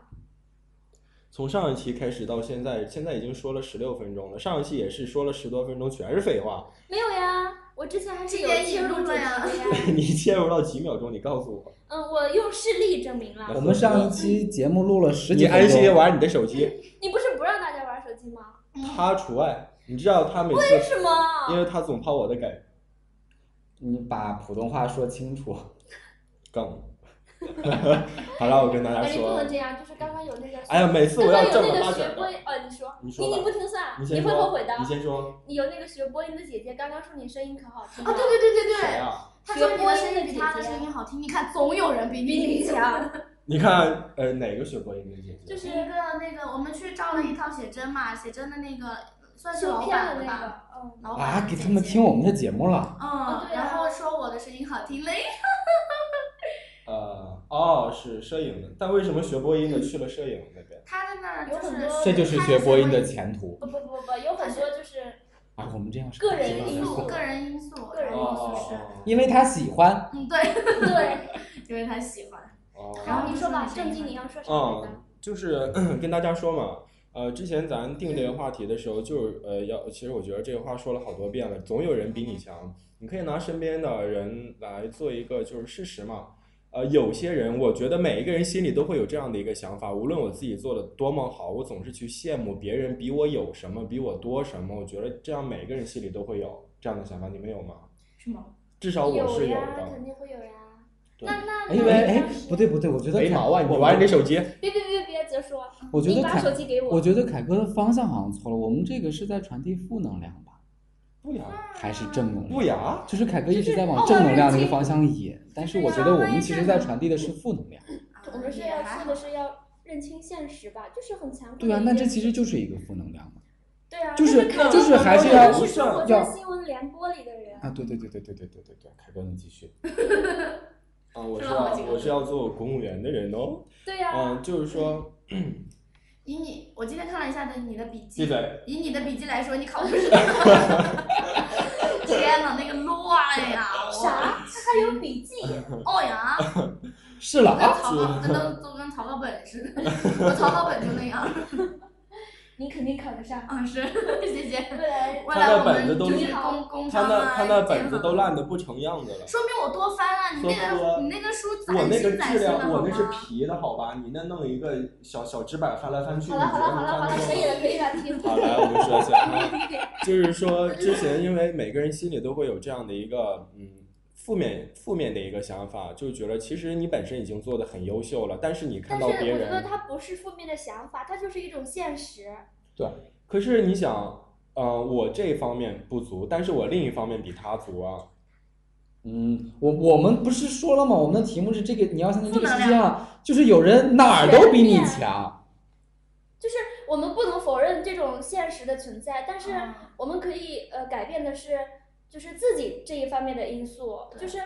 Speaker 6: 从上一期开始到现在，现在已经说了十六分钟了，上一期也是说了十多分钟，全是废话。
Speaker 5: 没有呀，我之前还是有
Speaker 2: 经典语
Speaker 5: 切入
Speaker 2: 录
Speaker 5: 主题的
Speaker 2: 了呀
Speaker 5: 呀。
Speaker 6: 你切入到几秒钟，你告诉我。
Speaker 5: 嗯，我用事例证明
Speaker 6: 嗯
Speaker 5: 了。
Speaker 4: 我们上一期节目录了十
Speaker 6: 你
Speaker 4: 几
Speaker 6: 安
Speaker 4: 分
Speaker 6: 心
Speaker 4: 钟，
Speaker 6: 玩你的手机，
Speaker 5: 你不是不让大家玩手机吗？
Speaker 6: 他除外。你知道他每次，
Speaker 5: 为什么
Speaker 6: 因？为他总抛我的梗
Speaker 4: 你把普通话说清楚。
Speaker 6: 梗。 好了，我跟大家
Speaker 5: 哎，你不
Speaker 6: 说
Speaker 5: 能，这样，就是刚刚有那个。
Speaker 6: 哎呀，每次
Speaker 5: 刚
Speaker 6: 我
Speaker 5: 刚
Speaker 6: 要
Speaker 5: 有
Speaker 6: 正
Speaker 5: 那
Speaker 6: 儿八
Speaker 5: 个
Speaker 6: 经
Speaker 5: 学
Speaker 6: 的
Speaker 5: 播，。呃，你说，
Speaker 6: 你
Speaker 5: 你
Speaker 6: 说吧
Speaker 5: 你不听算，
Speaker 6: 你
Speaker 5: 你
Speaker 6: 先
Speaker 5: 会后悔
Speaker 6: 说
Speaker 5: 的，。
Speaker 6: 你先说。
Speaker 5: 你有那个学播音的姐姐，刚刚说你声音可好听了。
Speaker 2: 哦，对对对对
Speaker 6: 谁
Speaker 2: 对，
Speaker 6: 啊？
Speaker 2: 他说你的声音比他的声音好听，你看总有人比你 强。
Speaker 6: 你看，呃，哪个学播音的姐姐？
Speaker 5: 就是
Speaker 2: 一个那个，我们去照了一套写真嘛，写真的那个算是老
Speaker 5: 修片
Speaker 2: 板
Speaker 5: 的
Speaker 2: 了
Speaker 5: 那
Speaker 2: 吧，
Speaker 5: 个，嗯，
Speaker 2: 老板
Speaker 4: 啊，给他们听。我们的节目了。
Speaker 2: 嗯，
Speaker 5: 对啊
Speaker 2: 然后说我的声音好听嘞，
Speaker 6: 呃，哦，是摄影的，但为什么学播音的去了摄影那边？
Speaker 2: 他在那儿就
Speaker 5: 有很
Speaker 2: 是
Speaker 5: 多
Speaker 4: 这就是学播音的前途
Speaker 5: 不不不不，有很多就是
Speaker 4: 啊！我们这样是
Speaker 5: 个人
Speaker 4: 不行的
Speaker 2: 因
Speaker 5: 因
Speaker 2: 素，
Speaker 5: 素
Speaker 2: 个人因素，
Speaker 5: 个人
Speaker 2: 然
Speaker 5: 因
Speaker 2: 后
Speaker 5: 素
Speaker 2: 就是，
Speaker 6: 哦
Speaker 4: 因为他喜欢。
Speaker 2: 嗯，对，
Speaker 5: 对。
Speaker 2: 因为他喜欢。
Speaker 6: 哦哦
Speaker 5: 好，你说吧，
Speaker 2: 嗯
Speaker 5: 正经你要说啥来着？
Speaker 6: 嗯就是 跟大家说嘛，呃，之前咱定这个话题的时候，就是呃要，其实我觉得这个话说了好多遍了，总有人比你强，你可以拿身边的人来做一个就是事实嘛。呃，有些人，我觉得每一个人心里都会有这样的一个想法，无论我自己做的多么好，我总是去羡慕别人比我有什么，比我多什么。我觉得这样每个人心里都会有这样的想法，你们有吗？
Speaker 2: 是吗？
Speaker 6: 至少我是
Speaker 5: 呀，
Speaker 6: 的。
Speaker 5: 肯定会有呀。
Speaker 6: 对
Speaker 5: 那那
Speaker 4: 因为哎
Speaker 5: 那，
Speaker 4: 不对，不对，我觉得
Speaker 6: 没
Speaker 4: 凯
Speaker 6: 毛啊！你
Speaker 4: 我
Speaker 6: 玩你的手机，
Speaker 5: 别别别别，直说。
Speaker 4: 我觉
Speaker 5: 你
Speaker 4: 得
Speaker 5: 把手
Speaker 4: 凯，
Speaker 5: 机给
Speaker 4: 我
Speaker 5: 我。
Speaker 4: 觉得凯哥的方向好像错了。我们这个是在传递负能量吧，
Speaker 6: 不雅，
Speaker 4: 还是正能
Speaker 6: 不
Speaker 4: 量？
Speaker 6: 雅，
Speaker 4: 就是凯哥一直在
Speaker 5: 就
Speaker 4: 往
Speaker 5: 是
Speaker 4: 正能量那
Speaker 5: 傲慢之
Speaker 4: 个
Speaker 5: 心
Speaker 4: 方向引，但是我觉得我们其实在传递的是负能量。
Speaker 2: 啊
Speaker 5: 我们是要说的是要认清现实吧，就是很残酷的一件事。
Speaker 4: 对啊，那这其实就是一个负能量嘛。
Speaker 5: 对啊，
Speaker 4: 就是
Speaker 5: 凯
Speaker 4: 就是
Speaker 5: 哥
Speaker 4: 还
Speaker 5: 我
Speaker 4: 是
Speaker 5: 们
Speaker 4: 要
Speaker 5: 是生活在
Speaker 4: 要
Speaker 5: 新闻联播里的人。
Speaker 4: 啊，对对对对对对对对对，凯哥你继续。
Speaker 6: 啊，我是
Speaker 2: 说了好
Speaker 6: 要
Speaker 2: 几个
Speaker 6: 我是要做公务员的人哦。
Speaker 5: 对呀，
Speaker 6: 嗯，就是说，
Speaker 2: 以你，我今天看了一下的你的笔记，
Speaker 6: 闭嘴
Speaker 2: 以你的笔记来说，你考的是什么？ 天哪，那个乱呀！
Speaker 5: 啥？他还有笔记。
Speaker 2: 哦呀，
Speaker 4: 是了
Speaker 2: 跟
Speaker 4: 啊，
Speaker 2: 草稿，那都都跟草稿本似的，我草稿本就那样。
Speaker 5: 你肯定考得上。
Speaker 2: 嗯，是，谢谢。
Speaker 5: 未来
Speaker 2: 未
Speaker 6: 他
Speaker 2: 来
Speaker 6: 的
Speaker 2: 我
Speaker 6: 本子
Speaker 2: 们
Speaker 6: 都
Speaker 2: 就是
Speaker 5: 是
Speaker 2: 工
Speaker 6: 他
Speaker 2: 工商
Speaker 6: 那
Speaker 2: 啊，
Speaker 6: 他那本子都烂
Speaker 2: 的。
Speaker 6: 的不成样子了。
Speaker 2: 说明我多翻啊！你那
Speaker 6: 说
Speaker 2: 个
Speaker 6: 多
Speaker 2: 你那个书攒
Speaker 6: 我那个
Speaker 2: 新攒
Speaker 6: 质
Speaker 2: 新的
Speaker 6: 量，
Speaker 2: 好
Speaker 6: 我那是
Speaker 2: 吗？
Speaker 6: 皮的好吧？你那弄一个小小纸板翻来翻去，
Speaker 5: 好了好了好了好了，
Speaker 6: 你觉
Speaker 5: 可
Speaker 6: 得
Speaker 5: 以
Speaker 6: 能
Speaker 5: 了可以了，停。
Speaker 6: 翻得过吗好，来我们说一下 啊，就是说之前因为每个人心里都会有这样的一个嗯负面负面的一个想法，就觉得其实你本身已经做的很优秀了，但是你看
Speaker 5: 但是
Speaker 6: 到
Speaker 5: 我
Speaker 6: 别
Speaker 5: 觉得
Speaker 6: 人，
Speaker 5: 它不是负面的想法，它就是一种现实。
Speaker 6: 可是你想。呃，我这方面不足，但是我另一方面比他足啊。
Speaker 4: 嗯，我我们不是说了吗？我们的题目是这个，你要相信这个世
Speaker 2: 负
Speaker 4: 界
Speaker 2: 能
Speaker 4: 上就是有人哪儿都比你
Speaker 5: 全面
Speaker 4: 强。
Speaker 5: 就是我们不能否认这种现实的存在，但是
Speaker 2: 嗯
Speaker 5: 我们可以呃改变的是，就是自己这一方面的因素。
Speaker 2: 对
Speaker 5: 就是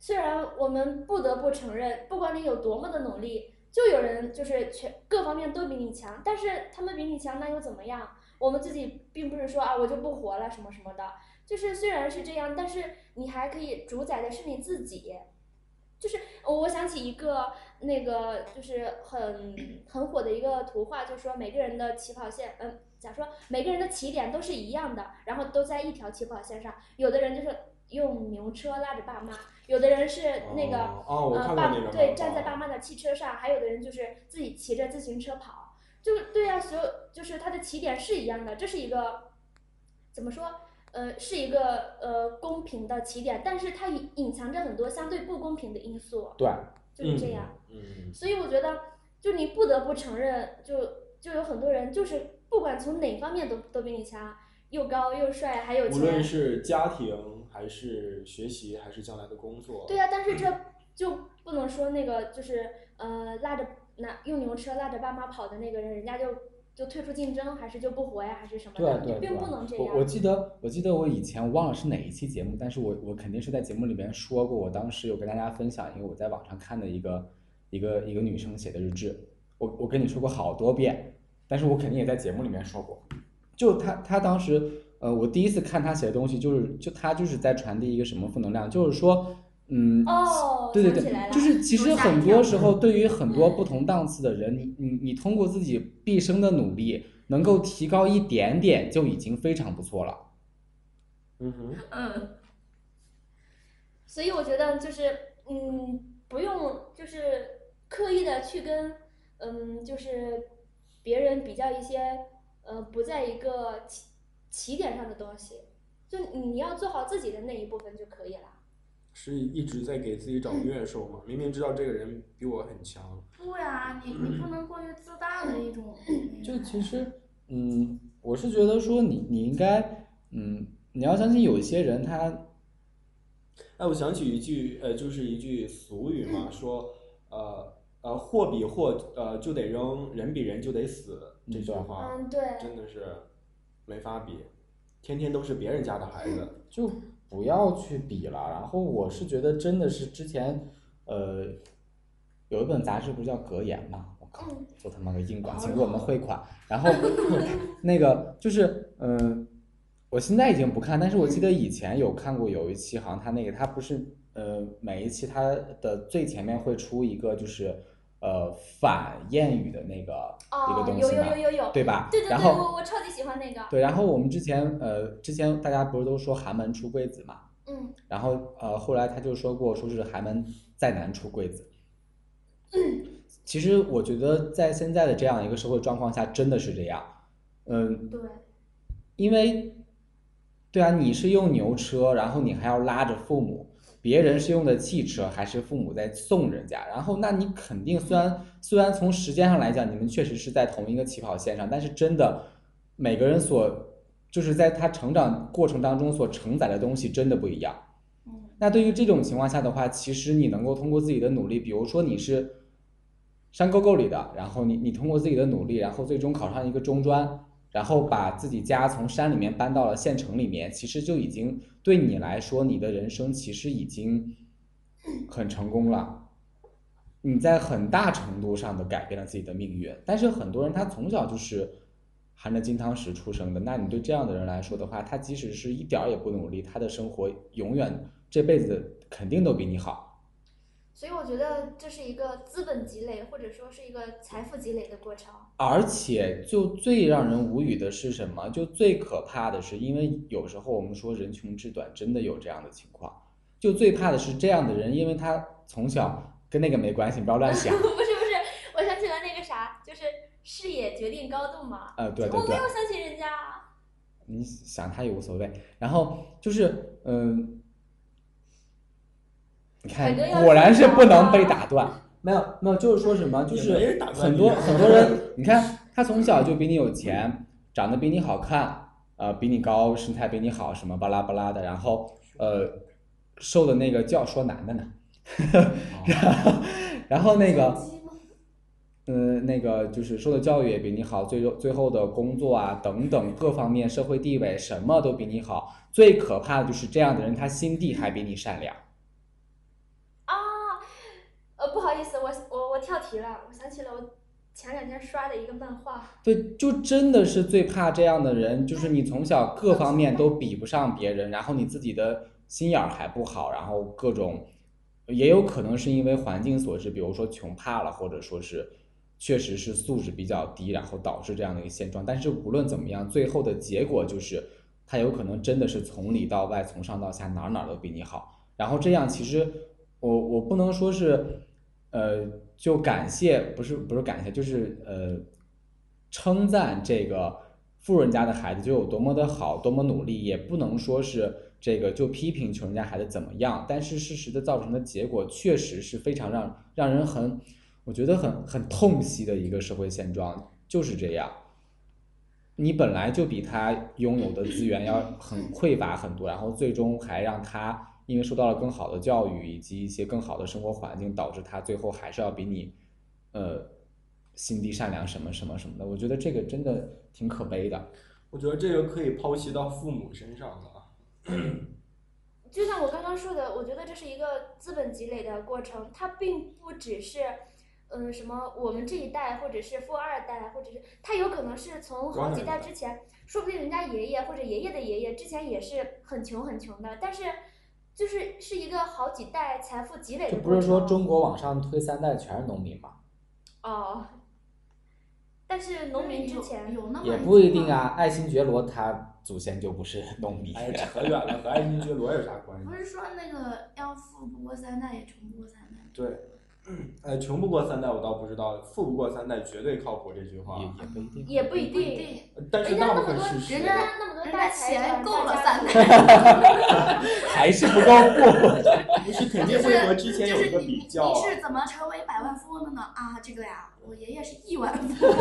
Speaker 5: 虽然我们不得不承认，不管你有多么的努力，就有人就是全各方面都比你强，但是他们比你强那又怎么样？我们自己并不是说啊我就不活了什么什么的，就是虽然是这样，但是你还可以主宰的是你自己。就是我我想起一个那个就是很很火的一个图画，就说每个人的起跑线，嗯、假说每个人的起点都是一样的，然后都在一条起跑线上，有的人就是用牛车拉着爸妈，有的人是那个、
Speaker 6: 哦哦我
Speaker 5: 呃
Speaker 6: 看过
Speaker 5: 爸
Speaker 6: 那个哦
Speaker 5: 对
Speaker 6: 漫
Speaker 5: 站在
Speaker 6: 画
Speaker 5: 爸妈的汽车上，还有的人就是自己骑着自行车跑，就是对呀、所有就是他的起点是一样的，这是一个怎么说？呃，是一个呃公平的起点，但是它隐隐藏着很多相对不公平的因素，
Speaker 4: 对，
Speaker 5: 就是这样。
Speaker 6: 嗯，
Speaker 5: 所以我觉得，就你不得不承认，就就有很多人就是不管从哪方面都都比你强，又高又帅，还有
Speaker 6: 无论
Speaker 5: 钱。
Speaker 6: 是家庭还是学习还是将来的工作，
Speaker 5: 对呀、啊但
Speaker 4: 嗯
Speaker 5: 是这就不能说那个就是呃拉着那用牛车拉着爸妈跑的那个人，人家就就退出竞争，还是就不活呀，还是什么
Speaker 4: 对啊
Speaker 5: 的，
Speaker 4: 对
Speaker 5: 你并
Speaker 4: 对
Speaker 5: 不能这
Speaker 4: 我我
Speaker 5: 样。
Speaker 4: 记得我记得我以前忘了是哪一期节目，但是我我肯定是在节目里面说过，我当时有跟大家分享一个我在网上看的一个一个一个女生写的日志，我我跟你说过好多遍，但是我肯定也在节目里面说过，就她她当时呃，我第一次看她写的东西，就是就她就是在传递一个什么负能量，就是说嗯，
Speaker 5: 哦，
Speaker 4: 对对
Speaker 5: 想起
Speaker 4: 对，
Speaker 5: 来了，
Speaker 4: 就是其实
Speaker 2: 吓一
Speaker 4: 很
Speaker 2: 跳
Speaker 4: 多时候，对于很
Speaker 5: 嗯
Speaker 4: 多不同档次的人，你你你通过自己毕生的努力，能够提高一点点，就已经非常不错了。
Speaker 6: 嗯哼，
Speaker 2: 嗯，
Speaker 5: 所以我觉得就是，嗯，不用就是刻意的去跟，嗯，就是别人比较一些，呃，不在一个起起点上的东西，就你要做好自己的那一部分就可以了。
Speaker 6: 是一直在给自己找
Speaker 5: 嗯
Speaker 6: 虐受嘛？明明知道这个人比我很强，
Speaker 2: 不呀，你你不
Speaker 6: 嗯
Speaker 2: 能过于自大的一种。
Speaker 4: 就其实，嗯，我是觉得说你你应该，嗯，你要相信有一些人他，
Speaker 6: 哎，我想起一句，呃，就是一句俗语
Speaker 5: 嗯
Speaker 6: 嘛，说，呃呃，货比货，呃，就得扔，人比人就得死，这
Speaker 4: 嗯
Speaker 6: 句
Speaker 4: 对
Speaker 6: 话
Speaker 5: 嗯，对，
Speaker 6: 真的是没法比，天天都是别人家的孩子。
Speaker 4: 就不要去比了。然后我是觉得真的是之前，呃，有一本杂志不是叫《格言》吗？我靠
Speaker 5: 嗯，
Speaker 4: 就他妈个硬广，请给我们汇款。 然后那个就是，嗯、我现在已经不看，但是我记得以前有看过有一期，好像他那个他不是，呃，每一期他的最前面会出一个就是。呃，反谚语的那个一个
Speaker 5: 哦，
Speaker 4: 东
Speaker 5: 有
Speaker 4: 西
Speaker 5: 有
Speaker 4: 嘛，
Speaker 5: 有有有，
Speaker 4: 对吧？
Speaker 5: 对对
Speaker 4: 然
Speaker 5: 对，
Speaker 4: 后
Speaker 5: 我我超级喜欢那个，
Speaker 4: 对，然后我们之前呃，之前大家不是都说寒门出贵子嘛，
Speaker 5: 嗯，
Speaker 4: 然后呃，后来他就说过，说是寒门再难出贵子。其实我觉得在现在的这样一个社会状况下，真的是这样。嗯，
Speaker 5: 对，
Speaker 4: 因为，对啊，你是用牛车，然后你还要拉着父母，别人是用的汽车，还是父母在送人家，然后那你肯定虽然虽然从时间上来讲，你们确实是在同一个起跑线上，但是真的每个人所就是在他成长过程当中所承载的东西真的不一样。那对于这种情况下的话，其实你能够通过自己的努力，比如说你是山沟沟里的，然后你你通过自己的努力，然后最终考上一个中专，然后把自己家从山里面搬到了县城里面，其实就已经对你来说，你的人生其实已经很成功了。你在很大程度上的改变了自己的命运，但是很多人他从小就是含着金汤匙出生的，那你对这样的人来说的话，他即使是一点儿也不努力，他的生活永远这辈子肯定都比你好。
Speaker 5: 所以我觉得这是一个资本积累，或者说是一个财富积累的过程。
Speaker 4: 而且就最让人无语的是什么？就最可怕的是，因为有时候我们说人穷志短，真的有这样的情况。就最怕的是这样的人，因为他从小跟那个没关系，你不要乱想。
Speaker 5: 不是不是，我想起了那个啥，就是视野决定高度嘛。
Speaker 4: 呃，对对
Speaker 5: 我没
Speaker 4: 对，
Speaker 5: 有相信人家，啊
Speaker 4: 你想他也无所谓。然后就是，嗯、你看
Speaker 5: 凯哥要，是
Speaker 4: 果然是不能被
Speaker 5: 打
Speaker 4: 打断。没有没有，就是说什么，就
Speaker 6: 也没
Speaker 4: 是
Speaker 6: 人打断
Speaker 4: 很
Speaker 6: 你
Speaker 4: 多
Speaker 6: 啊
Speaker 4: 很多人，你看他从小就比你有钱，长得比你好看，呃，比你高，身材比你好，什么巴拉巴拉的，然后呃，受的那个教说男的呢， 然后然后那个。嗯，那个就是受的教育也比你好，最后最后的工作啊等等各方面社会地位什么都比你好。最可怕的就是这样的人，他心地还比你善良。
Speaker 5: 啊，呃，不好意思，我我我跳题了，我想起了我前两天刷的一个漫画，
Speaker 4: 对，就真的是最怕这样的人，就是你从小各方面都比不上别人，然后你自己的心眼儿还不好，然后各种，也有可能是因为环境所致，比如说穷怕了，或者说是确实是素质比较低，然后导致这样的一个现状。但是无论怎么样，最后的结果就是他有可能真的是从里到外，从上到下，哪儿哪儿都比你好。然后这样其实我我不能说是，呃，就感谢不是不是感谢，就是呃，称赞这个富人家的孩子就有多么的好，多么努力，也不能说是这个就批评穷人家孩子怎么样。但是事实的造成的结果确实是非常让让人很，我觉得很很痛惜的一个社会现状，就是这样。你本来就比他拥有的资源要很匮乏很多，然后最终还让他因为受到了更好的教育以及一些更好的生活环境，导致他最后还是要比你，呃，心地善良什么什么什么的。我觉得这个真的挺可悲的。
Speaker 6: 我觉得这个可以剖析到父母身上了 啊。
Speaker 5: 就像我刚刚说的，我觉得这是一个资本积累的过程，它并不只是。嗯，什么？我们这一代，或者是富二代，或者是他有可能是从好几代之前，说不定人家爷爷或者爷爷的爷爷之前也是很穷很穷的，但是就是是一个好几代财富积累
Speaker 4: 就
Speaker 5: 的
Speaker 4: 不
Speaker 5: 过
Speaker 4: 是
Speaker 5: 程。
Speaker 4: 说中国往上推三代全是农民嘛？
Speaker 5: 哦，但是农民之前
Speaker 2: 有有那么
Speaker 4: 也不一
Speaker 2: 句
Speaker 4: 定
Speaker 2: 话
Speaker 4: 啊。爱新觉罗他祖先就不是农民。
Speaker 6: 哎，扯远了，和爱新觉罗有啥关系
Speaker 2: 不？是说那个要富不过三代也穷不过三代吗，
Speaker 6: 对，呃，穷不过三代我倒不知道，富不过三代绝对靠谱这句话
Speaker 4: 也，也不一定。
Speaker 5: 也不一
Speaker 2: 不一
Speaker 5: 定，
Speaker 2: 定，
Speaker 6: 但是
Speaker 5: 人家
Speaker 6: 大
Speaker 5: 那
Speaker 6: 部
Speaker 5: 么多
Speaker 6: 分事实
Speaker 2: 人
Speaker 5: 人家那么多
Speaker 2: 人
Speaker 5: 大
Speaker 2: 家
Speaker 5: 财
Speaker 2: 钱
Speaker 5: 团，
Speaker 2: 够
Speaker 5: 大
Speaker 2: 了
Speaker 5: 家
Speaker 2: 三代，
Speaker 4: 还是不够富。
Speaker 6: 不是肯定会和之前
Speaker 2: 就
Speaker 6: 有一
Speaker 2: 是
Speaker 6: 个
Speaker 2: 你
Speaker 6: 比
Speaker 2: 你
Speaker 6: 较
Speaker 2: 你
Speaker 6: 啊。
Speaker 2: 是怎么成为百万富翁的呢？啊，这个呀，我爷爷是亿万富翁。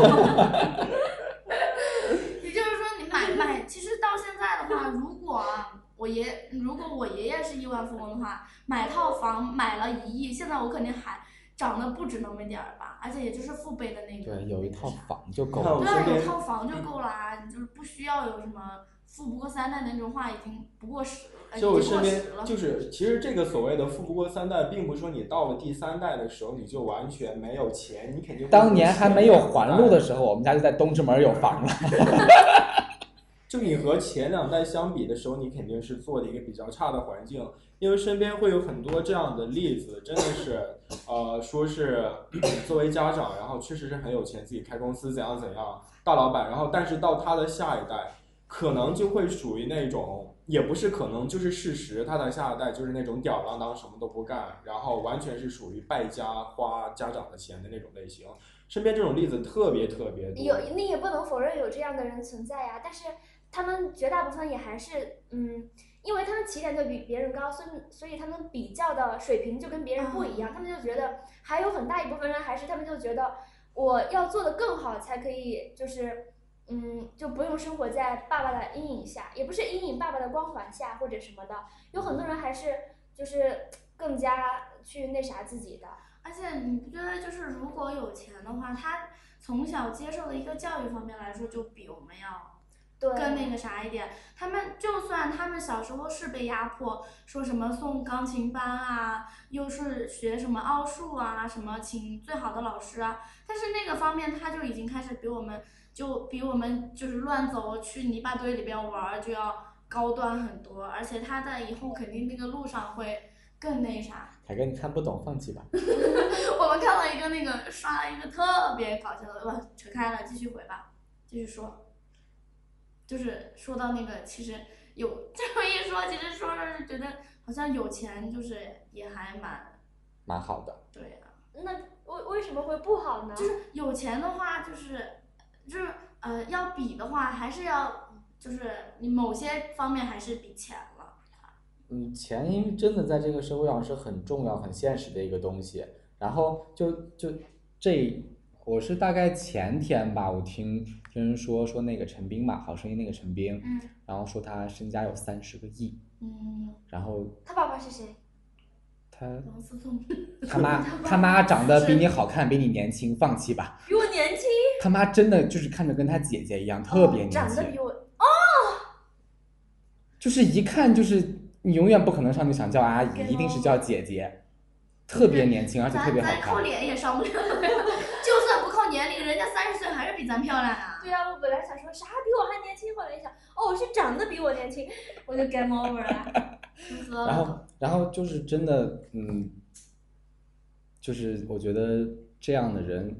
Speaker 2: 也就是说，你买买，其实到现在的话，如果啊，我爷如果我爷爷是亿万富翁的话，买套房买了一亿，现在我肯定还涨得不止那么点儿吧，而且也就是父辈的那 个。
Speaker 4: 对，有一套房就够
Speaker 6: 看
Speaker 4: 了
Speaker 6: 我。
Speaker 2: 对啊，
Speaker 6: 身
Speaker 2: 有
Speaker 6: 边嗯
Speaker 2: 套房就够了啊，你就是不需要有什么富不过三代那种话，已经不过时，呃已
Speaker 6: 就
Speaker 2: 经
Speaker 6: 我
Speaker 2: 过
Speaker 6: 身边
Speaker 2: 时了。
Speaker 6: 就是，其实这个所谓的富不过三代，并不是说你到了第三代的时候你就完全没有钱，你肯定会
Speaker 4: 当年还没有还路
Speaker 6: 候，
Speaker 4: 的时候，我们家就在东直门有房了。
Speaker 6: 就你和前两代相比的时候，你肯定是做了一个比较差的环境，因为身边会有很多这样的例子，真的是，呃，说是作为家长，然后确实是很有钱，自己开公司怎样怎样，大老板，然后但是到他的下一代，可能就会属于那种，也不是可能就是事实，他的下一代就是那种吊儿郎当，什么都不干，然后完全是属于败家花家长的钱的那种类型。身边这种例子特别特别多，
Speaker 5: 有你也不能否认有这样的人存在呀、但是他们绝大部分也还是嗯，因为他们起点就比别人高，所以所以他们比较的水平就跟别人不一
Speaker 2: 啊
Speaker 5: 样，他们就觉得还有很大一部分人还是他们就觉得我要做的更好才可以，就是嗯，就不用生活在爸爸的阴影下，也不是阴影爸爸的光环下或者什么的，有很多人还是就是更加去那啥自己的。
Speaker 2: 而且你不觉得就是如果有钱的话，他从小接受的一个教育方面来说，就比我们要
Speaker 5: 对，
Speaker 2: 更那个啥一点。他们就算他们小时候是被压迫，说什么送钢琴班啊，又是学什么奥数啊，什么请最好的老师啊，但是那个方面他就已经开始比我们就比我们就是乱走去泥巴堆里边玩儿就要高端很多，而且他在以后肯定那个路上会更那啥。
Speaker 4: 凯哥，你看不懂，放弃吧。
Speaker 2: 我们看了一个那个刷了一个特别搞笑的，不扯开了，继续回吧，继续说。就是说到那个，其实有这么一说，其实说着就觉得好像有钱就是也还蛮
Speaker 4: 蛮好的，
Speaker 2: 对啊。
Speaker 5: 那为为什么会不好呢？
Speaker 2: 就是有钱的话，就是就是呃，要比的话，还是要就是你某些方面还是比钱了。
Speaker 4: 嗯，钱因为真的在这个社会上是很重要、很现实的一个东西。然后就就这，我是大概前天吧，我听听人说说那个陈冰嘛，《好声音》那个陈冰，
Speaker 2: 嗯
Speaker 4: 然后说他身家有三十个亿，
Speaker 2: 嗯，
Speaker 4: 然后
Speaker 5: 他爸爸是谁？
Speaker 4: 他
Speaker 2: 王思聪，
Speaker 4: 他 妈他妈长得比你好看，比你年轻，放弃吧。
Speaker 5: 比我年轻，
Speaker 4: 他妈真的就是看着跟他姐姐一样，特别年
Speaker 5: 哦长
Speaker 4: 轻
Speaker 5: 得，比我
Speaker 4: 就是一看就是你永远不可能上去想叫阿姨，一定
Speaker 5: 哦
Speaker 4: 是叫姐姐，特别年轻，而且特
Speaker 2: 咱
Speaker 4: 别好
Speaker 2: 咱靠
Speaker 4: 看。
Speaker 2: 脸也上不了， 就算不靠年龄，人家三十岁还是比咱漂亮啊。
Speaker 5: 对啊，我本来想说啥比我还年轻，后来一想，哦，是长得比我年轻， 我就 game over 了。
Speaker 2: 呵
Speaker 4: 然
Speaker 5: 嗯
Speaker 4: 后，然后就是真的，嗯，就是我觉得这样的人，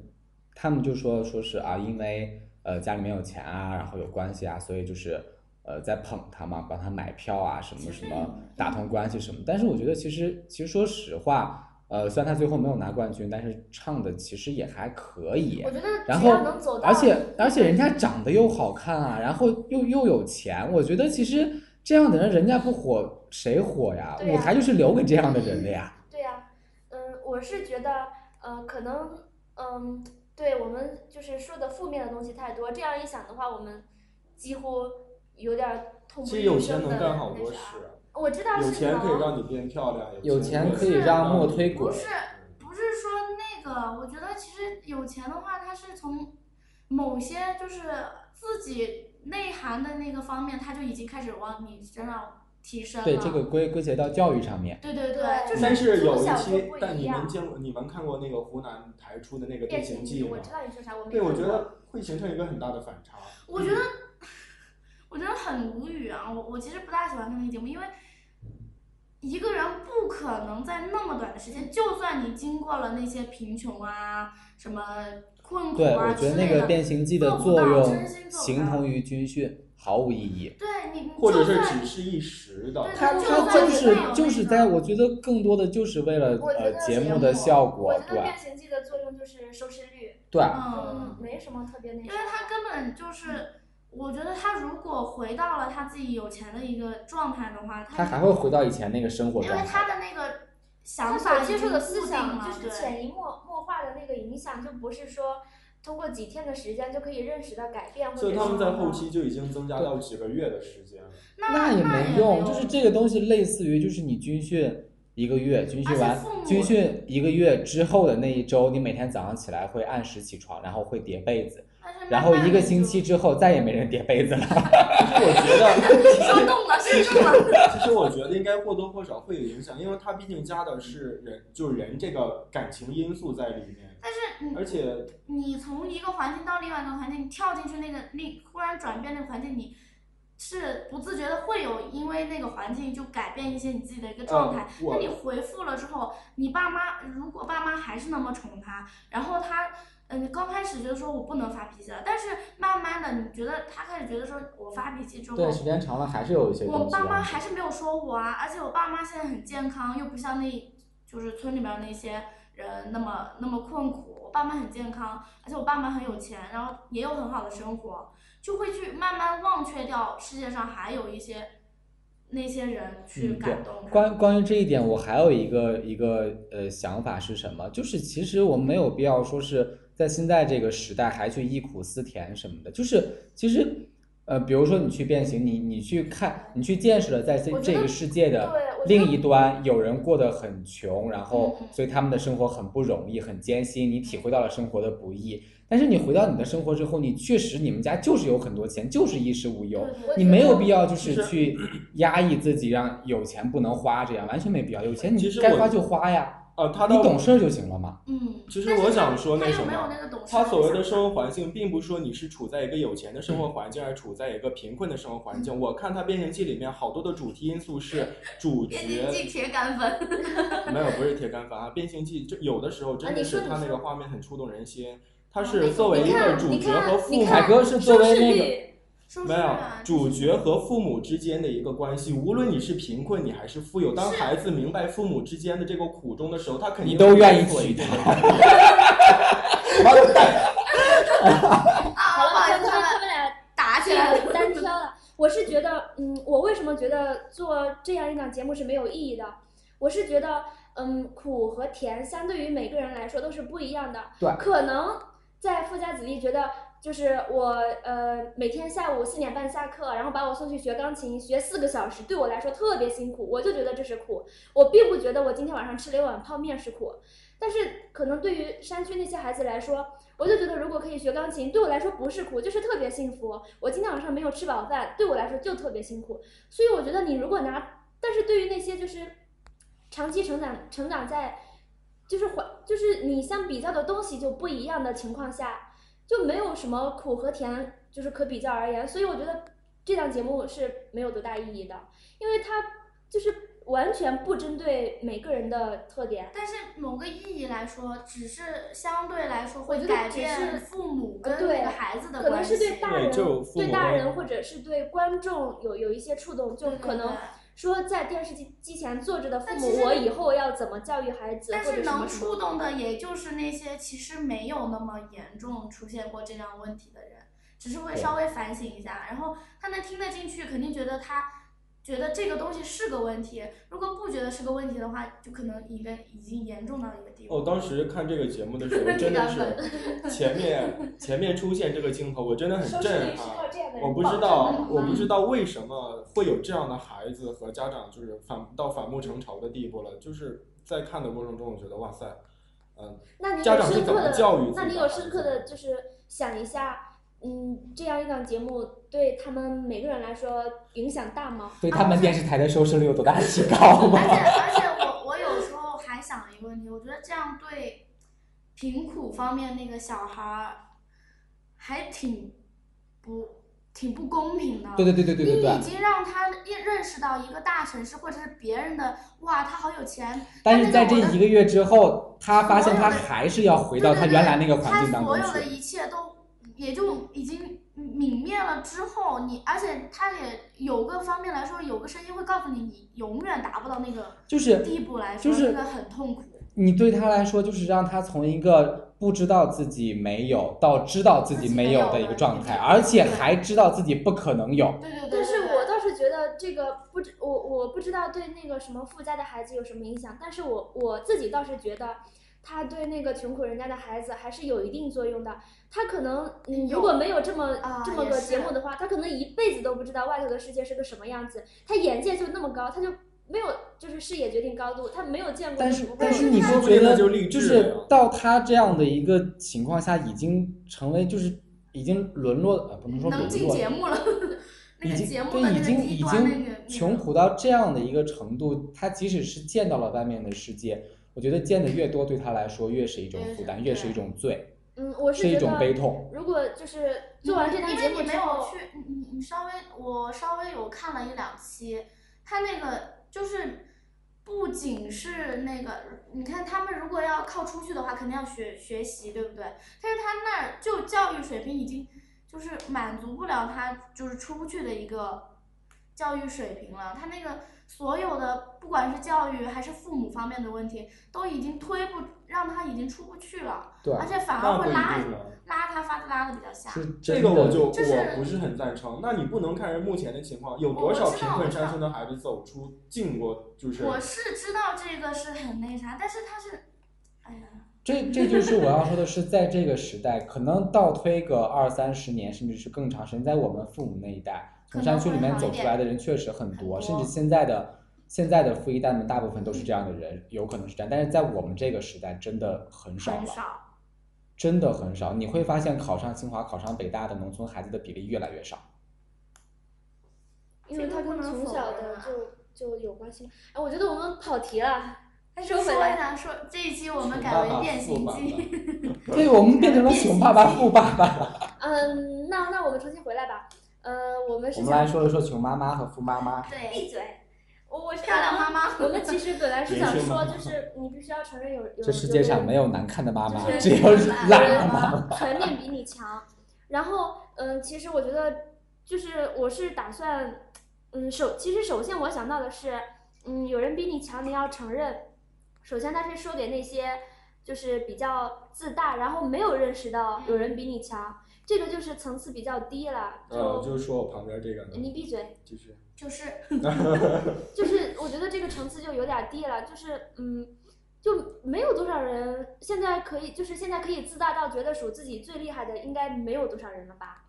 Speaker 4: 他们就说说是啊，因为呃家里面有钱啊，然后有关系啊，所以就是呃在捧他嘛，帮他买票啊，什么什
Speaker 5: 嗯
Speaker 4: 么，打通关系什么。但是我觉得其实其实说实话，呃，虽然他最后没有拿冠军，但是唱的其实也还可以
Speaker 5: 我。觉得
Speaker 4: 然
Speaker 5: 只
Speaker 4: 后
Speaker 5: 要能走，到，
Speaker 4: 而且而且人家长得又好看啊，然后又又有钱，我觉得其实这样的人，人家不火谁火呀？
Speaker 5: 对
Speaker 4: 舞
Speaker 5: 呀
Speaker 4: 台就是留给这样的人的呀。
Speaker 5: 对呀、嗯，我是觉得，呃，可能，嗯，对我们就是说的负面的东西太多，这样一想的话，我们几乎有点儿痛不
Speaker 6: 其实
Speaker 5: 欲
Speaker 6: 有
Speaker 5: 生
Speaker 6: 钱
Speaker 5: 的
Speaker 6: 能干好
Speaker 5: 那
Speaker 6: 多
Speaker 5: 啥
Speaker 6: 事，啊
Speaker 5: 我知道
Speaker 6: 有
Speaker 5: 是
Speaker 6: 钱可以
Speaker 5: 能，
Speaker 6: 让你变漂亮，
Speaker 4: 有钱
Speaker 6: 钱
Speaker 4: 可
Speaker 6: 可
Speaker 4: 以
Speaker 6: 以
Speaker 4: 让
Speaker 6: 让
Speaker 4: 墨
Speaker 6: 墨
Speaker 4: 推
Speaker 6: 推
Speaker 4: 滚
Speaker 6: 滚
Speaker 2: 不。是不是说那个，我觉得其实有钱的话，他是从某些就是自己内涵的那个方面，他就已经开始往你身上提升了。
Speaker 4: 对，这个归归结到教育上面，
Speaker 2: 对对
Speaker 5: 对
Speaker 2: 就是
Speaker 6: 但是有
Speaker 5: 从
Speaker 6: 一
Speaker 5: 小就
Speaker 6: 期
Speaker 5: 不，
Speaker 6: 但
Speaker 5: 一
Speaker 6: 你
Speaker 5: 样
Speaker 6: 们见过、你们看过那个湖南台出的那个《变
Speaker 5: 变
Speaker 6: 形
Speaker 5: 形
Speaker 6: 记
Speaker 5: 记，》
Speaker 6: 吗
Speaker 5: 我？知道你说啥，我没
Speaker 6: 对，我
Speaker 5: 看
Speaker 6: 觉
Speaker 5: 过
Speaker 6: 得会形成一个很大的反差。
Speaker 2: 我觉得，我觉得很无语啊！我我其实不大喜欢看那个节目，因为一个人不可能在那么短的时间，就算你经过了那些贫穷啊、什么困苦
Speaker 4: 对
Speaker 2: 啊
Speaker 4: 我觉
Speaker 2: 之
Speaker 4: 得那
Speaker 2: 类
Speaker 4: 个
Speaker 2: 的，
Speaker 4: 变形计的
Speaker 2: 做不
Speaker 4: 作
Speaker 2: 到
Speaker 4: 用
Speaker 2: 真心做不
Speaker 4: 形
Speaker 2: 到
Speaker 4: 同于军训，毫无意义。
Speaker 2: 对你，你
Speaker 6: 或者
Speaker 2: 就是算
Speaker 6: 只是一时的
Speaker 2: 对，
Speaker 4: 他
Speaker 2: 就
Speaker 4: 他
Speaker 2: 算
Speaker 4: 就
Speaker 2: 你
Speaker 4: 是
Speaker 2: 会有
Speaker 4: 就
Speaker 2: 那
Speaker 4: 是
Speaker 2: 个
Speaker 4: 在，我觉得更多的就是为了
Speaker 5: 我觉
Speaker 4: 呃
Speaker 5: 得
Speaker 4: 节
Speaker 5: 节
Speaker 4: 目
Speaker 5: 目
Speaker 4: 的效
Speaker 5: 我
Speaker 4: 果
Speaker 5: 觉，得《
Speaker 4: 对
Speaker 5: 变形记》的作用就是收视率，
Speaker 4: 对，啊
Speaker 2: 嗯
Speaker 5: 嗯，，没什么特别那
Speaker 2: 因
Speaker 5: 啥。
Speaker 2: 为他根本就是，我觉得他如果回到了他自己有钱的一个状态的话，
Speaker 4: 他
Speaker 2: 他
Speaker 4: 还会回到以前那个生活
Speaker 2: 因
Speaker 4: 状
Speaker 2: 为
Speaker 4: 态
Speaker 2: 他
Speaker 4: 的。
Speaker 2: 的那个
Speaker 5: 他
Speaker 2: 想
Speaker 5: 所
Speaker 2: 法
Speaker 5: 接
Speaker 2: 已
Speaker 5: 受
Speaker 2: 经
Speaker 5: 的
Speaker 2: 固
Speaker 5: 思
Speaker 2: 定
Speaker 5: 想
Speaker 2: 了，
Speaker 5: 就是
Speaker 2: 对
Speaker 5: 潜移默默化的那个影响，就不是说通过几天的时间就可以认识到改变，或者
Speaker 6: 所以他们
Speaker 5: 是
Speaker 6: 在后期就已经增加到几个月的时间了。
Speaker 2: 那
Speaker 4: 也
Speaker 2: 那
Speaker 4: 没
Speaker 2: 有
Speaker 4: 用，就是这个东西类似于就是你军训一个月，军
Speaker 2: 而
Speaker 4: 训
Speaker 2: 且
Speaker 4: 完
Speaker 2: 父母
Speaker 4: 军训一个月之后的那一周，你每天早上起来会按时起床，然后会叠被子，
Speaker 2: 但是
Speaker 4: 然
Speaker 2: 慢
Speaker 4: 后
Speaker 2: 慢
Speaker 4: 一个
Speaker 2: 地
Speaker 4: 星
Speaker 2: 就
Speaker 4: 期之后再也没人叠被子了。
Speaker 6: 我觉得，
Speaker 2: 说动了，是动了。
Speaker 6: 其实我觉得应该或多或少会有影响，因为它毕竟加的是人，就是人这个感情因素在里面，
Speaker 2: 但是你
Speaker 6: 而且
Speaker 2: 你从一个环境到另外一个环境，你跳进去那个那忽然转变那个环境，你是不自觉的会有因为那个环境就改变一些你自己的一个
Speaker 4: 嗯
Speaker 2: 状态。
Speaker 6: 我
Speaker 2: 那你回复了之后，你爸妈如果爸妈还是那么宠他，然后他。嗯，刚开始就说我不能发脾气了，但是慢慢的，你觉得他开始觉得说我发脾气之 后，
Speaker 4: 对，时间长了还是有一些
Speaker 2: 我
Speaker 4: 东西啊
Speaker 2: 爸
Speaker 4: 让
Speaker 2: 妈
Speaker 4: 你
Speaker 2: 还是没有说我啊，而且我爸妈现在很健康，又不像那，就是村里边那些人那么那么困苦。我爸妈很健康，而且我爸妈很有钱，然后也有很好的生活，就会去慢慢忘却掉世界上还有一些那些人去
Speaker 4: 嗯对
Speaker 2: 感动他。
Speaker 4: 关关于这一点，我还有一个一个呃想法是什么？就是其实我们没有必要说是在现在这个时代还去忆苦思甜什么的。就是其实，呃，比如说你去变形，你你去看，你去见识了在这
Speaker 5: 我觉
Speaker 4: 这
Speaker 5: 得
Speaker 4: 个世界的
Speaker 5: 对我觉得
Speaker 4: 另一端，有人过得很穷，然后
Speaker 2: 嗯嗯
Speaker 4: 所以他们的生活很不容易，很艰辛，你体会到了生活的不易。但是你回到你的生活之后，你确实你们家就是有很多钱，就是衣食无忧，
Speaker 2: 对对
Speaker 4: 你没有必要就
Speaker 6: 其
Speaker 4: 是
Speaker 6: 实
Speaker 4: 去压抑自己，让有钱不能花，这样完全没必要。有钱
Speaker 6: 其
Speaker 4: 你
Speaker 6: 实
Speaker 4: 该
Speaker 6: 我
Speaker 4: 花就花呀。
Speaker 6: 呃，他
Speaker 4: 你
Speaker 6: 到
Speaker 4: 懂事儿就行了嘛。
Speaker 2: 嗯，
Speaker 6: 其实
Speaker 2: 但是
Speaker 6: 我
Speaker 2: 他
Speaker 6: 想说
Speaker 2: 他
Speaker 6: 那
Speaker 2: 又
Speaker 6: 什
Speaker 2: 没有
Speaker 6: 么
Speaker 2: 那个懂事
Speaker 6: 他所谓的
Speaker 2: 想法
Speaker 6: 生活环境，并不是说你是处在一个有钱的生活环境，还是处在一个贫困的生活环境。我看他《变形记》里面好多的主题因素是主
Speaker 2: 变形记
Speaker 6: 角
Speaker 2: 铁 杆粉，
Speaker 6: 没有不是铁杆粉啊，《变形记》就有的时候真
Speaker 5: 啊
Speaker 6: 的
Speaker 5: 你
Speaker 6: 是
Speaker 5: 说
Speaker 6: 他
Speaker 5: 你
Speaker 6: 那个
Speaker 5: 说
Speaker 6: 画面很触动人心。他
Speaker 2: 那
Speaker 6: 是
Speaker 2: 个
Speaker 6: 作为
Speaker 5: 你
Speaker 6: 一个
Speaker 5: 看，
Speaker 6: 主
Speaker 5: 你
Speaker 6: 角
Speaker 5: 看，
Speaker 6: 和父
Speaker 5: 你
Speaker 6: 母，
Speaker 5: 看
Speaker 4: 海哥是作为那
Speaker 5: 收视
Speaker 4: 个
Speaker 5: 率
Speaker 2: 是不
Speaker 6: 没
Speaker 2: 是
Speaker 6: 有
Speaker 2: 啊？
Speaker 6: 主角和父母之间的一个关系，无论你是贫困你还是富有，当孩子明白父母之间的这个苦衷的时候，他肯定
Speaker 4: 你都愿意
Speaker 6: 会做
Speaker 4: 娶
Speaker 6: 一定的
Speaker 2: 啊，
Speaker 5: 好了，
Speaker 2: 不好意
Speaker 5: 他
Speaker 2: 思，
Speaker 5: 们
Speaker 2: 他
Speaker 5: 他
Speaker 2: 们
Speaker 5: 们俩
Speaker 2: 打起来了。
Speaker 5: 单挑了。我是觉得，嗯，我为什么觉得做这样一档节目是没有意义的？我是觉得，嗯，苦和甜相对于每个人来说都是不一样的。
Speaker 4: 对
Speaker 5: 可能在富家子弟觉得，就是我呃每天下午四点半下课，然后把我送去学钢琴，学四个小时，对我来说特别辛苦，我就觉得这是苦。我并不觉得我今天晚上吃了一碗泡面是苦。但是可能对于山区那些孩子来说，我就觉得如果可以学钢琴，对我来说不是苦，就是特别幸福。我今天晚上没有吃饱饭，对我来说就特别辛苦。所以我觉得你如果拿，但是对于那些就是长期成长成长在就是环就是你相比较的东西就不一样的情况下，就没有什么苦和甜就是可比较而言。所以我觉得这档节目是没有多大意义的，因为它就是完全不针对每个人的特点。
Speaker 2: 但是某个意义来说，只是相对来说
Speaker 5: 我
Speaker 2: 会
Speaker 5: 觉得
Speaker 2: 改
Speaker 5: 只
Speaker 2: 变
Speaker 5: 是
Speaker 2: 父母
Speaker 5: 呃
Speaker 2: 跟
Speaker 5: 对
Speaker 2: 那个孩子的
Speaker 5: 可能
Speaker 2: 关系，
Speaker 5: 是对大
Speaker 6: 对
Speaker 5: 人、
Speaker 6: 就父
Speaker 5: 对
Speaker 6: 母
Speaker 5: 大
Speaker 6: 会
Speaker 5: 人或者是对观众有有一些触动，就
Speaker 2: 对对
Speaker 5: 可能
Speaker 2: 对
Speaker 5: 说在电视机机前坐着的父
Speaker 2: 但其
Speaker 5: 母，
Speaker 2: 实
Speaker 5: 我以后要怎么教育孩子，
Speaker 2: 但
Speaker 5: 或
Speaker 2: 是
Speaker 5: 者什么
Speaker 2: 能
Speaker 5: 什么
Speaker 2: 触动的，也就是那些其实没有那么严重出现过这样问题的人，只是会稍微反省一下，然后他能听得进去，肯定觉得他觉得这个东西是个问题。如果不觉得是个问题的话，就可能一个已经严重到一个地步。
Speaker 6: 我哦当时看这个节目的时候，真的是前面前面出现这个镜头，我真的很震撼。
Speaker 5: 这样的
Speaker 6: 我不知道，我不知道为什么会有这样的孩子和家长，就是反到反目成仇的地步了。就是在看的过程中，我觉得哇塞，嗯，
Speaker 5: 那你有
Speaker 6: 家长
Speaker 5: 深
Speaker 6: 是怎
Speaker 5: 刻
Speaker 6: 么
Speaker 5: 的，
Speaker 6: 教育自己的
Speaker 5: 那你有深刻
Speaker 6: 孩
Speaker 5: 的
Speaker 6: 子
Speaker 5: 就是想一下，嗯，这样一档节目对他们每个人来说影响大吗？
Speaker 4: 对他们电视台的收视率有多大提高
Speaker 2: 而且
Speaker 4: 吗？
Speaker 2: 而且我我有时候还想了一个问题，我觉得这样对贫苦方面那个小孩儿还挺不挺不公平的。
Speaker 4: 对对对对对对对
Speaker 2: 你已。经让他认认识到一个大城市或者是别人的哇，他好有钱。
Speaker 4: 但是在这
Speaker 2: 那种
Speaker 4: 一个月之后，他发现
Speaker 2: 所有
Speaker 4: 他
Speaker 2: 的
Speaker 4: 还是要回
Speaker 2: 对
Speaker 4: 到
Speaker 2: 对
Speaker 4: 他
Speaker 2: 对
Speaker 4: 原来那个环
Speaker 2: 他
Speaker 4: 境当
Speaker 2: 所
Speaker 4: 中
Speaker 2: 有的
Speaker 4: 去。
Speaker 2: 一切都也就已经泯灭了之后，你而且他也有个方面来说，有个声音会告诉你，你永远达不到那个
Speaker 4: 就是
Speaker 2: 地步来说，
Speaker 4: 就是
Speaker 2: 这个很痛苦。
Speaker 4: 你对他来说，就是让他从一个不知道自己没有到知道自己没有的一个状态，而且还知道自己不可能有。
Speaker 2: 对对对
Speaker 5: 但是
Speaker 2: 对
Speaker 5: 我倒是觉得这个不知我我不知道对那个什么富家的孩子有什么影响，但是我我自己倒是觉得，他对那个穷苦人家的孩子还是有一定作用的。他可能嗯，
Speaker 2: 有
Speaker 5: 如果没有这么、
Speaker 2: 啊
Speaker 5: 这么
Speaker 2: 也
Speaker 5: 个
Speaker 2: 是
Speaker 5: 节目的话，他可能一辈子都不知道外头的世界是个什么样子。他眼界就那么高，他就没有就是视野决定高度，他没有见过
Speaker 4: 但
Speaker 5: 就是不会
Speaker 4: 但
Speaker 5: 有。
Speaker 4: 是你
Speaker 6: 说
Speaker 4: 不
Speaker 6: 不
Speaker 4: 觉
Speaker 6: 定
Speaker 4: 得
Speaker 6: 他就励
Speaker 4: 就
Speaker 6: 志了
Speaker 4: 是
Speaker 6: 呀
Speaker 4: 到他这样的一个情况下，已经成为就是已经沦落呃不能说
Speaker 2: 能
Speaker 4: 沦
Speaker 2: 进
Speaker 4: 落，
Speaker 2: 节目了， 那
Speaker 4: 已
Speaker 2: 个
Speaker 4: 经
Speaker 2: 节目
Speaker 4: 对
Speaker 2: 的那
Speaker 4: 已
Speaker 2: 个
Speaker 4: 经已
Speaker 2: 低端那
Speaker 4: 经
Speaker 2: 个
Speaker 4: 穷苦到这样的一个程度，他即使是见到了外面的世界，我觉得见的越多，对他来说越是一种
Speaker 2: 越
Speaker 4: 负
Speaker 2: 是
Speaker 4: 担，越是
Speaker 2: 对
Speaker 4: 一种罪，
Speaker 5: 嗯，我是
Speaker 4: 是一
Speaker 5: 觉
Speaker 4: 种悲
Speaker 5: 得，
Speaker 4: 痛。
Speaker 5: 如果就是做完这档节目
Speaker 2: 嗯因为你
Speaker 5: 之
Speaker 2: 没有
Speaker 5: 后，
Speaker 2: 去，你你你稍微我稍微有看了一两期，他那个就是不仅是那个，你看他们如果要靠出去的话，肯定要学学习，对不对？但是他那儿就教育水平已经就是满足不了他就是出不去的一个教育水平了，他那个所有的不管是教育还是父母方面的问题，都已经推不让他已经出不去了，
Speaker 4: 对
Speaker 2: 而且反
Speaker 6: 那
Speaker 2: 而
Speaker 6: 不一
Speaker 2: 会拉
Speaker 6: 定呢。啊
Speaker 2: 拉他发拉的比较下。
Speaker 4: 是
Speaker 6: 这
Speaker 4: 真
Speaker 6: 个
Speaker 4: 的
Speaker 6: 我就
Speaker 2: 就是
Speaker 6: 我不是很赞成。那你不能看人目前的情况，有
Speaker 2: 我
Speaker 6: 多少
Speaker 2: 我知
Speaker 6: 贫
Speaker 2: 道
Speaker 6: 困
Speaker 2: 我知道
Speaker 6: 山村的孩子走出进过，就是
Speaker 2: 我是知道这个是很那啥，但是他是，哎呀，
Speaker 4: 这这就是我要说的是，在这个时代，可能倒推个二三十年，甚至是更长时间，在我们父母那一代，从山区里面走出来的人确实很
Speaker 2: 可能
Speaker 4: 多，
Speaker 2: 会好一点
Speaker 4: 甚至现在的现在的富一代们大部分都是这样的人，有可能是这样，但是在我们这个时代真的很少
Speaker 2: 很
Speaker 4: 了，
Speaker 2: 少，
Speaker 4: 真的很少。你会发现，考上清华、考上北大的农村孩子的比例越来越少。
Speaker 5: 因为它跟从小的就就有关系嘛。哎，我觉得我们跑题了。但是
Speaker 2: 说
Speaker 5: 我本
Speaker 2: 一
Speaker 5: 来
Speaker 2: 下，说这一期我们
Speaker 6: 穷
Speaker 2: 改
Speaker 6: 爸
Speaker 2: 为
Speaker 6: 爸
Speaker 2: 变
Speaker 6: 富
Speaker 2: 形
Speaker 6: 爸
Speaker 2: 记。
Speaker 6: 爸
Speaker 4: 对我们变成了穷爸爸、富爸爸。
Speaker 5: 嗯，那那我们重新回来吧。呃，我们
Speaker 4: 我
Speaker 5: 是
Speaker 4: 们来
Speaker 5: 想
Speaker 4: 说一说穷妈妈和富妈妈。
Speaker 2: 对，
Speaker 5: 闭嘴。我我是
Speaker 2: 漂亮妈
Speaker 5: 想
Speaker 2: 妈。
Speaker 5: 我们其实本来是
Speaker 6: 人
Speaker 5: 想
Speaker 6: 生
Speaker 5: 说，
Speaker 6: 妈
Speaker 5: 就
Speaker 6: 妈
Speaker 5: 是你必须要承认有有
Speaker 4: 这世界上没
Speaker 5: 有
Speaker 4: 有难看的妈妈，
Speaker 5: 就是
Speaker 4: 只有懒
Speaker 5: 人
Speaker 4: 的妈妈。
Speaker 5: 全面比你强。然后，嗯，其实我觉得就是我是打算，嗯，首其实首先我想到的是，嗯，有人比你强，你要承认。首先，他是说给那些就是比较自大，然后没有认识到有人比你强，这个就是层次比较低了。
Speaker 6: 呃，就是说我旁边这个呢，
Speaker 5: 你闭嘴。
Speaker 6: 继续。
Speaker 2: 就是
Speaker 5: 就是我觉得这个层次就有点低了，就是嗯，就没有多少人现在可以，就是现在可以自大到觉得数自己最厉害的，应该没有多少人了吧。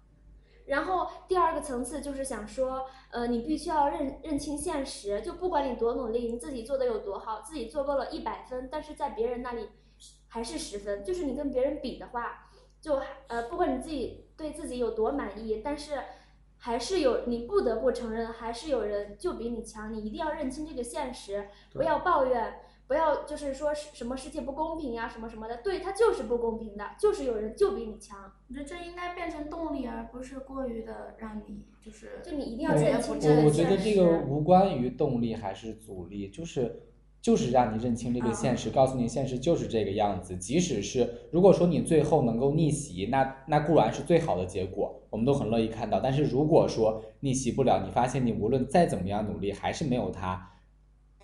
Speaker 5: 然后第二个层次就是想说，呃，你必须要认认清现实，就不管你多努力，你自己做的有多好，自己做够了一百分，但是在别人那里还是十分，就是你跟别人比的话，就还呃，不管你自己对自己有多满意，但是还是有你不得不承认，还是有人就比你强，你一定要认清这个现实，不要抱怨，不要就是说是什么世界不公平呀、什么什么的，对他就是不公平的，就是有人就比你强，
Speaker 2: 我觉得这应该变成动力，而不是过于的让你就是
Speaker 5: 就你一定要
Speaker 2: 我
Speaker 5: 认清这
Speaker 2: 我
Speaker 5: 个
Speaker 4: 我
Speaker 5: 现实。
Speaker 4: 我觉得这个无关于动力还是阻力，就是就是让你认清这个现实，告诉你现实就是这个样子。即使是如果说你最后能够逆袭，那那固然是最好的结果，我们都很乐意看到。但是如果说逆袭不了，你发现你无论再怎么样努力，还是没有他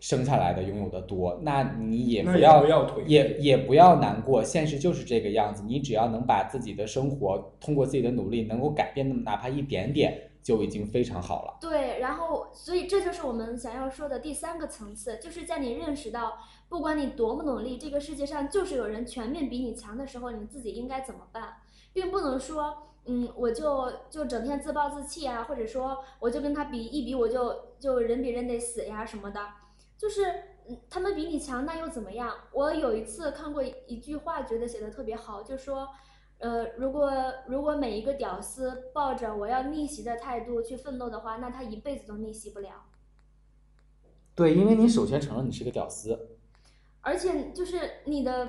Speaker 4: 生下来的拥有的多，那你也
Speaker 6: 那
Speaker 4: 不
Speaker 6: 也
Speaker 4: 要
Speaker 6: 不要颓
Speaker 4: 也也不要难过，现实就是这个样子。你只要能把自己的生活通过自己的努力能够改变，那么哪怕一点点，就已经非常好了。
Speaker 5: 对，然后所以这就是我们想要说的第三个层次，就是在你认识到不管你多么努力，这个世界上就是有人全面比你强的时候，你自己应该怎么办，并不能说。嗯，我就就整天自暴自弃啊，或者说我就跟他比一比，我就就人比人得死呀什么的，就是嗯，他们比你强，那又怎么样？我有一次看过一一句话，觉得写的特别好，就说，呃，如果如果每一个屌丝抱着我要逆袭的态度去奋斗的话，那他一辈子都逆袭不了。
Speaker 4: 对，因为你首先承认你是个屌丝，
Speaker 5: 而且就是你的，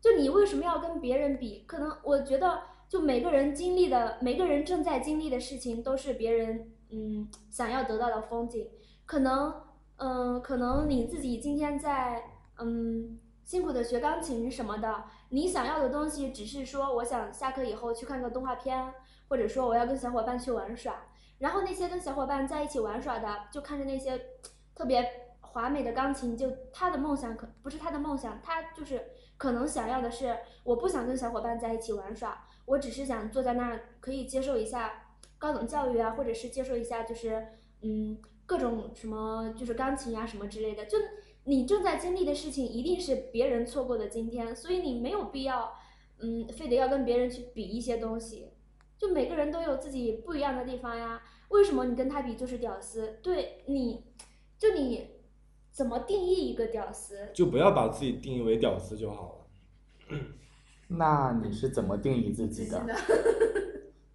Speaker 5: 就你为什么要跟别人比？可能我觉得，就每个人经历的，每个人正在经历的事情，都是别人嗯想要得到的风景。可能，嗯、可能你自己今天在嗯辛苦的学钢琴什么的，你想要的东西只是说，我想下课以后去看个动画片，或者说我要跟小伙伴去玩耍。然后那些跟小伙伴在一起玩耍的，就看着那些特别华美的钢琴，就他的梦想可不是他的梦想，他就是可能想要的是，我不想跟小伙伴在一起玩耍，我只是想坐在那儿可以接受一下高等教育啊，或者是接受一下就是嗯各种什么就是钢琴啊呀、什么之类的。就你正在经历的事情，一定是别人错过的今天，所以你没有必要嗯非得要跟别人去比一些东西。就每个人都有自己不一样的地方呀。为什么你跟他比就是屌丝？对你，就你怎么定义一个屌丝？
Speaker 6: 就不要把自己定义为屌丝就好了。
Speaker 4: 那你是怎么定义自己的？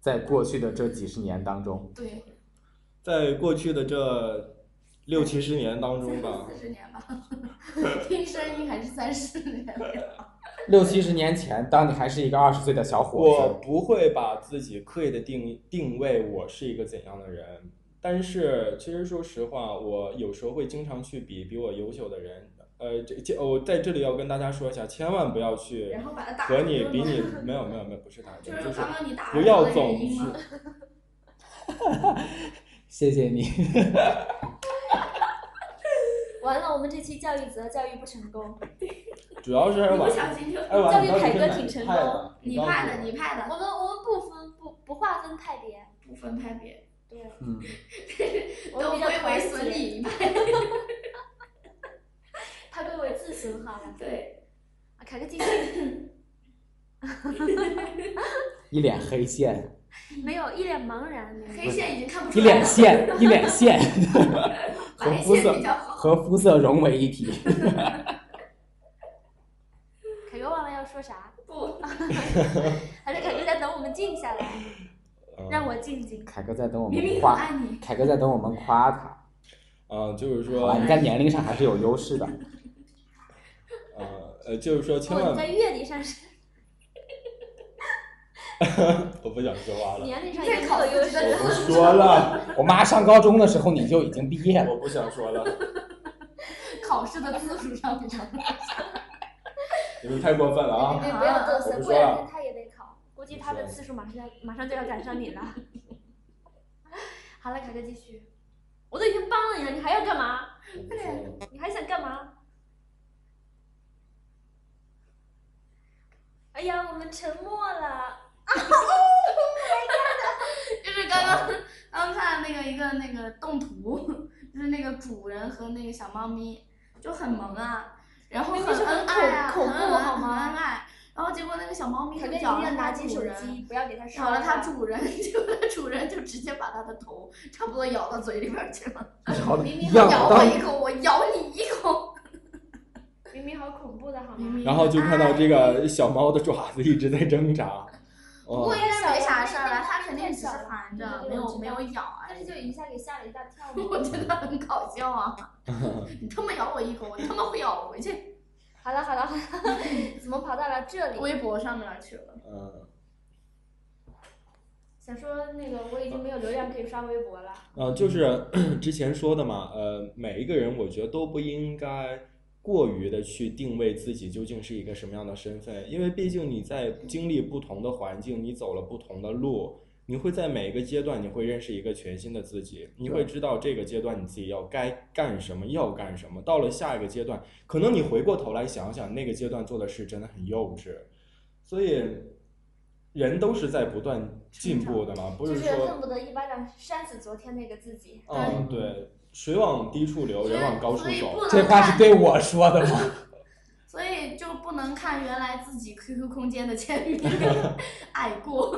Speaker 4: 在过去的这几十年当中，
Speaker 2: 对
Speaker 6: 在过去的这六七十年当中嗯吧
Speaker 2: 四，十年吧，听声音还是三十年。
Speaker 4: 六七十年前，当你还是一个二十岁的小
Speaker 6: 我
Speaker 4: 伙
Speaker 6: 不会把自己刻意的定定位我是一个怎样的人，但是其实说实话，我有时候会经常去比比我优秀的人。呃，这这我在这里要跟大家说一下，千万不要去
Speaker 2: 然后把它打
Speaker 6: 和你
Speaker 2: 成
Speaker 6: 比你
Speaker 2: 这种
Speaker 6: 没有没有没有不是打
Speaker 2: 就
Speaker 6: 针，
Speaker 2: 是
Speaker 6: 就是
Speaker 2: 刚刚你打
Speaker 6: 不
Speaker 2: 耳
Speaker 6: 要
Speaker 2: 朵的
Speaker 6: 总
Speaker 2: 原因
Speaker 6: 去
Speaker 2: 吗。
Speaker 4: 子。谢谢你，
Speaker 5: 完了，我们这期教育则教育不成功。
Speaker 6: 主要是
Speaker 2: 你
Speaker 6: 晚
Speaker 2: 不
Speaker 6: 上
Speaker 2: 小心就
Speaker 6: 哎晚上
Speaker 5: 教
Speaker 6: 到底
Speaker 5: 育凯
Speaker 6: 是
Speaker 5: 哥
Speaker 6: 哪
Speaker 5: 挺
Speaker 6: 一
Speaker 5: 成
Speaker 6: 派
Speaker 5: 功
Speaker 6: 的
Speaker 2: 你
Speaker 6: 告诉
Speaker 2: 派
Speaker 6: 我
Speaker 2: 的，你派
Speaker 5: 我
Speaker 2: 的，
Speaker 5: 们我们不分不不划分派别，
Speaker 2: 不分派别，
Speaker 5: 对，
Speaker 4: 嗯，
Speaker 5: 我们
Speaker 2: 都
Speaker 5: 比较
Speaker 2: 归
Speaker 5: 团
Speaker 2: 为损
Speaker 5: 结，
Speaker 2: 你一派。
Speaker 5: 他归为自损好了。
Speaker 2: 对，
Speaker 5: 啊凯哥继续，
Speaker 4: 一脸黑线，
Speaker 5: 没有一脸茫然，没有
Speaker 2: 黑线已经看不出
Speaker 4: 一
Speaker 2: 来
Speaker 4: 脸
Speaker 2: 了，
Speaker 4: 线，一脸线，和
Speaker 2: 白
Speaker 4: 肤
Speaker 2: 线
Speaker 4: 色
Speaker 2: 比较好。
Speaker 4: 和肤色融为一体。
Speaker 5: 凯哥忘了要说啥，
Speaker 2: 不，
Speaker 5: 还是凯哥在等我们静下来，
Speaker 6: 嗯
Speaker 5: 让我静静。
Speaker 4: 凯哥在等我
Speaker 2: 明
Speaker 4: 们
Speaker 2: 明很
Speaker 4: 夸，
Speaker 2: 爱你，
Speaker 4: 凯哥在等我们夸他。
Speaker 6: 啊，就是
Speaker 4: 好吧，
Speaker 6: 说
Speaker 4: 你在年龄上还是有优势的。
Speaker 6: 呃呃，就是说千
Speaker 5: 哦，
Speaker 6: 万
Speaker 5: 你在月底上是
Speaker 6: 我不想说话了，
Speaker 5: 年龄上
Speaker 2: 在
Speaker 5: 已经
Speaker 2: 考
Speaker 5: 有优
Speaker 2: 自己
Speaker 5: 势
Speaker 2: 的
Speaker 6: 我
Speaker 5: 了。
Speaker 6: 不说了，
Speaker 7: 我妈上高中的时候你就已经毕业了。
Speaker 6: 我不想说了，
Speaker 2: 考试的次数 上面。
Speaker 6: 你们太过分了啊！
Speaker 5: 别别不要嘚
Speaker 6: 我
Speaker 5: 瑟，
Speaker 6: 不说
Speaker 5: 过
Speaker 6: 了
Speaker 5: 两天他也得考，估计他的次数马上马上就要赶上你了。 好了，凯哥继续。我都已经帮了你了，你还要干嘛？
Speaker 6: 我不说了。
Speaker 5: 你还想干嘛？哎呀，我们沉默了。
Speaker 2: 就是刚刚刚刚看那个一个那个动图，就是那个主人和那个小猫咪就很萌啊，然后
Speaker 5: 明
Speaker 2: 很
Speaker 5: 明是
Speaker 2: 恩爱啊，
Speaker 5: 恐
Speaker 2: 很
Speaker 5: 恐怖
Speaker 2: 恩爱
Speaker 5: 好吗
Speaker 2: 很恩爱。然后结果那个小猫咪
Speaker 5: 凯
Speaker 2: 就
Speaker 5: 哥，你一定
Speaker 2: 咬
Speaker 5: 要
Speaker 2: 了
Speaker 5: 拿
Speaker 2: 它
Speaker 5: 起
Speaker 2: 主
Speaker 5: 手
Speaker 2: 人，
Speaker 5: 机，不要给他
Speaker 2: 咬
Speaker 5: 摔
Speaker 2: 了它
Speaker 5: 了。
Speaker 2: 主人， 结果它主人就直接把它的头差不多咬到嘴里边儿去了。
Speaker 5: 明明
Speaker 7: 要
Speaker 5: 好
Speaker 7: 咬
Speaker 2: 咬
Speaker 7: 到
Speaker 2: 我一口，我咬你一口。
Speaker 5: 明明好恐怖的好
Speaker 2: 明
Speaker 5: 吗？
Speaker 2: 明
Speaker 6: 然后就看到这个小猫的爪子一直在挣扎。
Speaker 2: 不过
Speaker 6: 哦，
Speaker 2: 应该没啥事儿了，它肯定只是含着，没有没有咬而
Speaker 5: 但是就
Speaker 2: 已。
Speaker 5: 一下给吓了一大跳。
Speaker 2: 我觉得很搞 笑啊！你他妈咬我一口，我他妈会咬回去。
Speaker 5: 好了好了好了，怎么跑到了这里？
Speaker 2: 微博上面去了。
Speaker 6: 嗯，
Speaker 5: 想说那个我已经没有流量可以刷微博了。
Speaker 6: 呃，就是 之前说的嘛，呃，每一个人我觉得都不应该过于的去定位自己究竟是一个什么样的身份，因为毕竟你在经历不同的环境，你走了不同的路，你会在每一个阶段，你会认识一个全新的自己，你会知道这个阶段你自己要该干什么，要干什么。到了下一个阶段，可能你回过头来想想，那个阶段做的事真的很幼稚，所以人都是在不断进步的嘛，不
Speaker 5: 就是
Speaker 6: 说。
Speaker 5: 恨不得一巴掌扇死昨天那个自己。
Speaker 6: 嗯，对，水往低处流，人往高处
Speaker 2: 所以
Speaker 6: 走。
Speaker 2: 不
Speaker 7: 这
Speaker 2: 能
Speaker 7: 话是
Speaker 2: 看，
Speaker 7: 对我说的吗？
Speaker 2: 所以就不能看原来自己 QQ 空间的签 名，爱过，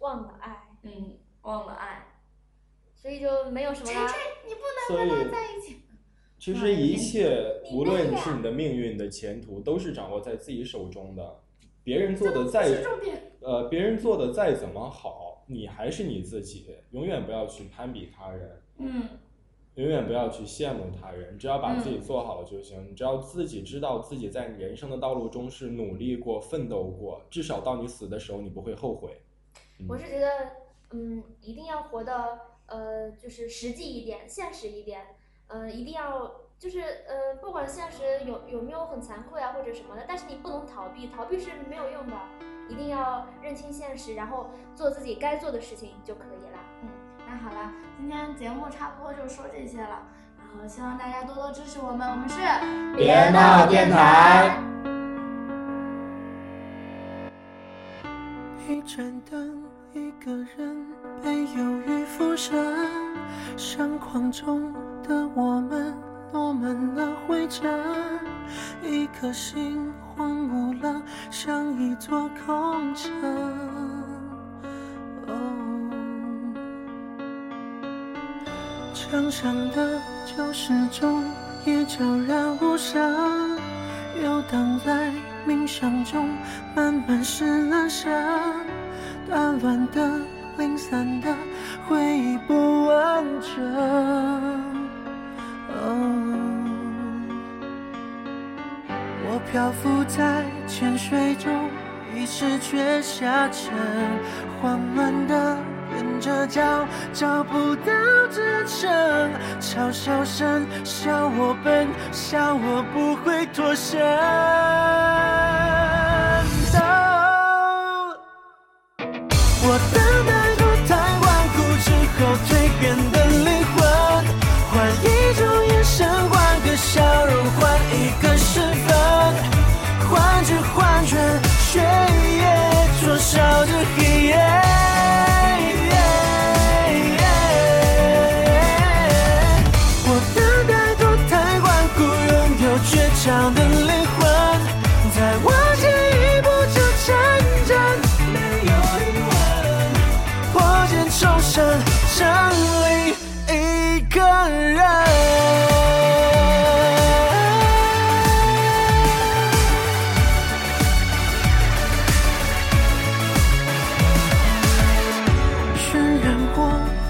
Speaker 5: 忘了爱，
Speaker 2: 嗯，忘了爱，
Speaker 5: 所以就没有什么啦。
Speaker 2: 你不能
Speaker 6: 所以，
Speaker 2: 在嗯一起。
Speaker 6: 其实一切，
Speaker 5: 你
Speaker 6: 无
Speaker 5: 累
Speaker 6: 论
Speaker 5: 呀
Speaker 6: 是你的命运、你的前途，都是掌握在自己手中的。别人做
Speaker 2: 这
Speaker 6: 的
Speaker 2: 不是
Speaker 6: 再
Speaker 2: 重点，
Speaker 6: 呃，别人做的再怎么好，你还是你自己。永远不要去攀比他人，
Speaker 2: 嗯，
Speaker 6: 永远不要去羡慕他人，只要把
Speaker 2: 嗯
Speaker 6: 自己做好了就行。你只要自己知道自己在你人生的道路中是努力过、奋斗过，至少到你死的时候你不会后悔。
Speaker 5: 我是觉得，嗯，一定要活的呃，就是实际一点，现实一点，呃，一定要就是呃，不管现实有有没有很残酷呀、或者什么的，但是你不能逃避，逃避是没有用的，一定要认清现实，然后做自己该做的事情就可以了。
Speaker 2: 那好了，今天节目差不多就说这些了，然后希望大家多多支持我们，我们是
Speaker 7: 别闹电台。
Speaker 8: 一盏灯，一个人被忧郁附身，相框中的我们落满了灰尘，一颗心荒芜了，像一座空城。Oh 哦，墙上的旧时钟已悄然无声，游荡在冥想中。慢慢失了神，打乱的、零散的回忆不完整。Oh 哦，我漂浮在浅水中，意识却下沉，慌乱的踮着脚，找不到支撑。嘲笑声，笑我笨，笑我不会脱身。哦我等待不太顽固之后蜕变的灵魂，换一种眼神，换个笑容，换一个身份，幻觉幻觉，血液灼烧着黑夜。我等待不太顽固，拥有倔强的灵魂，再往前一步就成真，没有灵魂，破茧重生，成为一个人。渲染过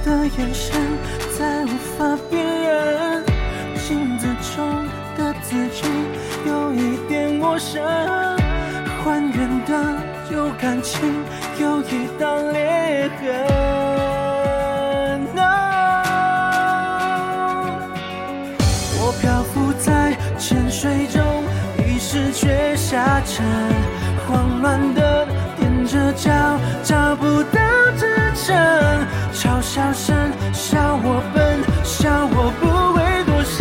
Speaker 8: 的眼神，再无法辨认，镜子中的自己陌生。还原的有感情，有一道裂痕。No，我漂浮在沉睡中，意识却下沉，慌乱的踮着脚，找不到支撑。嘲笑声，笑我笨，笑我不会躲闪。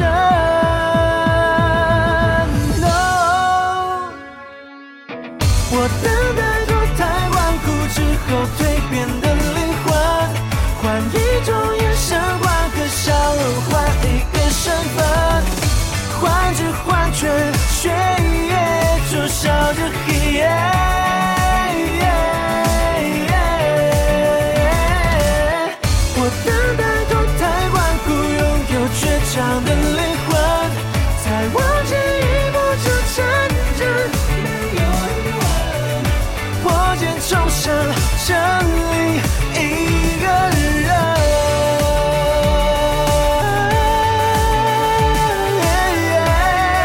Speaker 8: No，我等待过太顽固之后蜕变的灵魂，换一种眼神，换个笑容，换一个身份，换着幻觉，血液灼烧着黑夜。我等待过太顽固，拥有倔强的灵魂，才往前一步就成真，没有灵魂。我见重生，整理一个人。Yeah, yeah, yeah.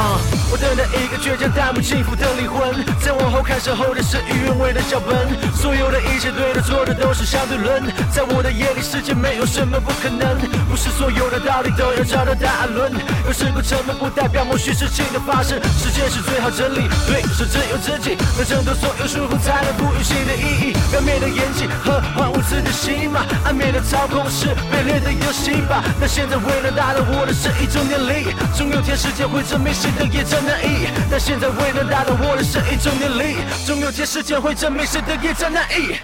Speaker 8: 啊、我等待一个倔强但不幸福的灵魂，再往后看守候的是与愿违的脚本。所有的一切对的错的都是相对论，在我的眼里世界没有什么不可能，不是所有的道理都要找到答案论。有时过沉默不代表默许事情的发生，时间是最好真理，对是只有自己能挣脱所有束缚，才能赋予新的意义。表面的演技和荒芜自的戏码，暗面的操控是卑劣的游戏吧。那现在为了达到我的是一种年龄，总有天时间会证明谁的业障难移。但现在为了达到我的是一种年龄，总有天时间会证明谁的业障难移。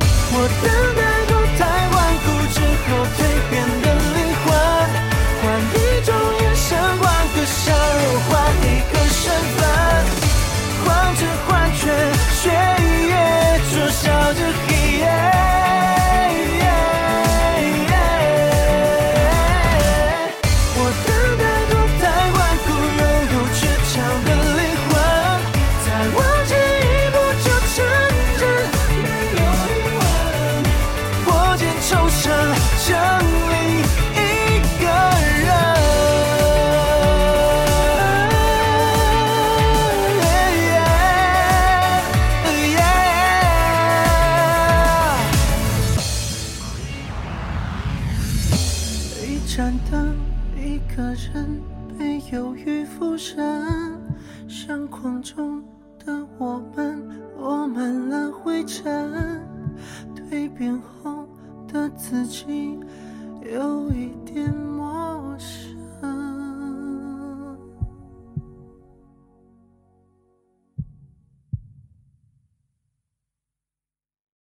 Speaker 8: 我等待过太顽固之后蜕变的灵魂，换一种眼神，换个笑容，换一个身份，换着幻觉，血液灼烧着黑夜。我等待过太顽固，拥有倔强的灵魂，再往前一步就成真，没有灵魂。我见重生，整理一个人。一盏灯，一个人被忧郁附身，相框中的我们落满了灰尘，蜕变后的自己有一点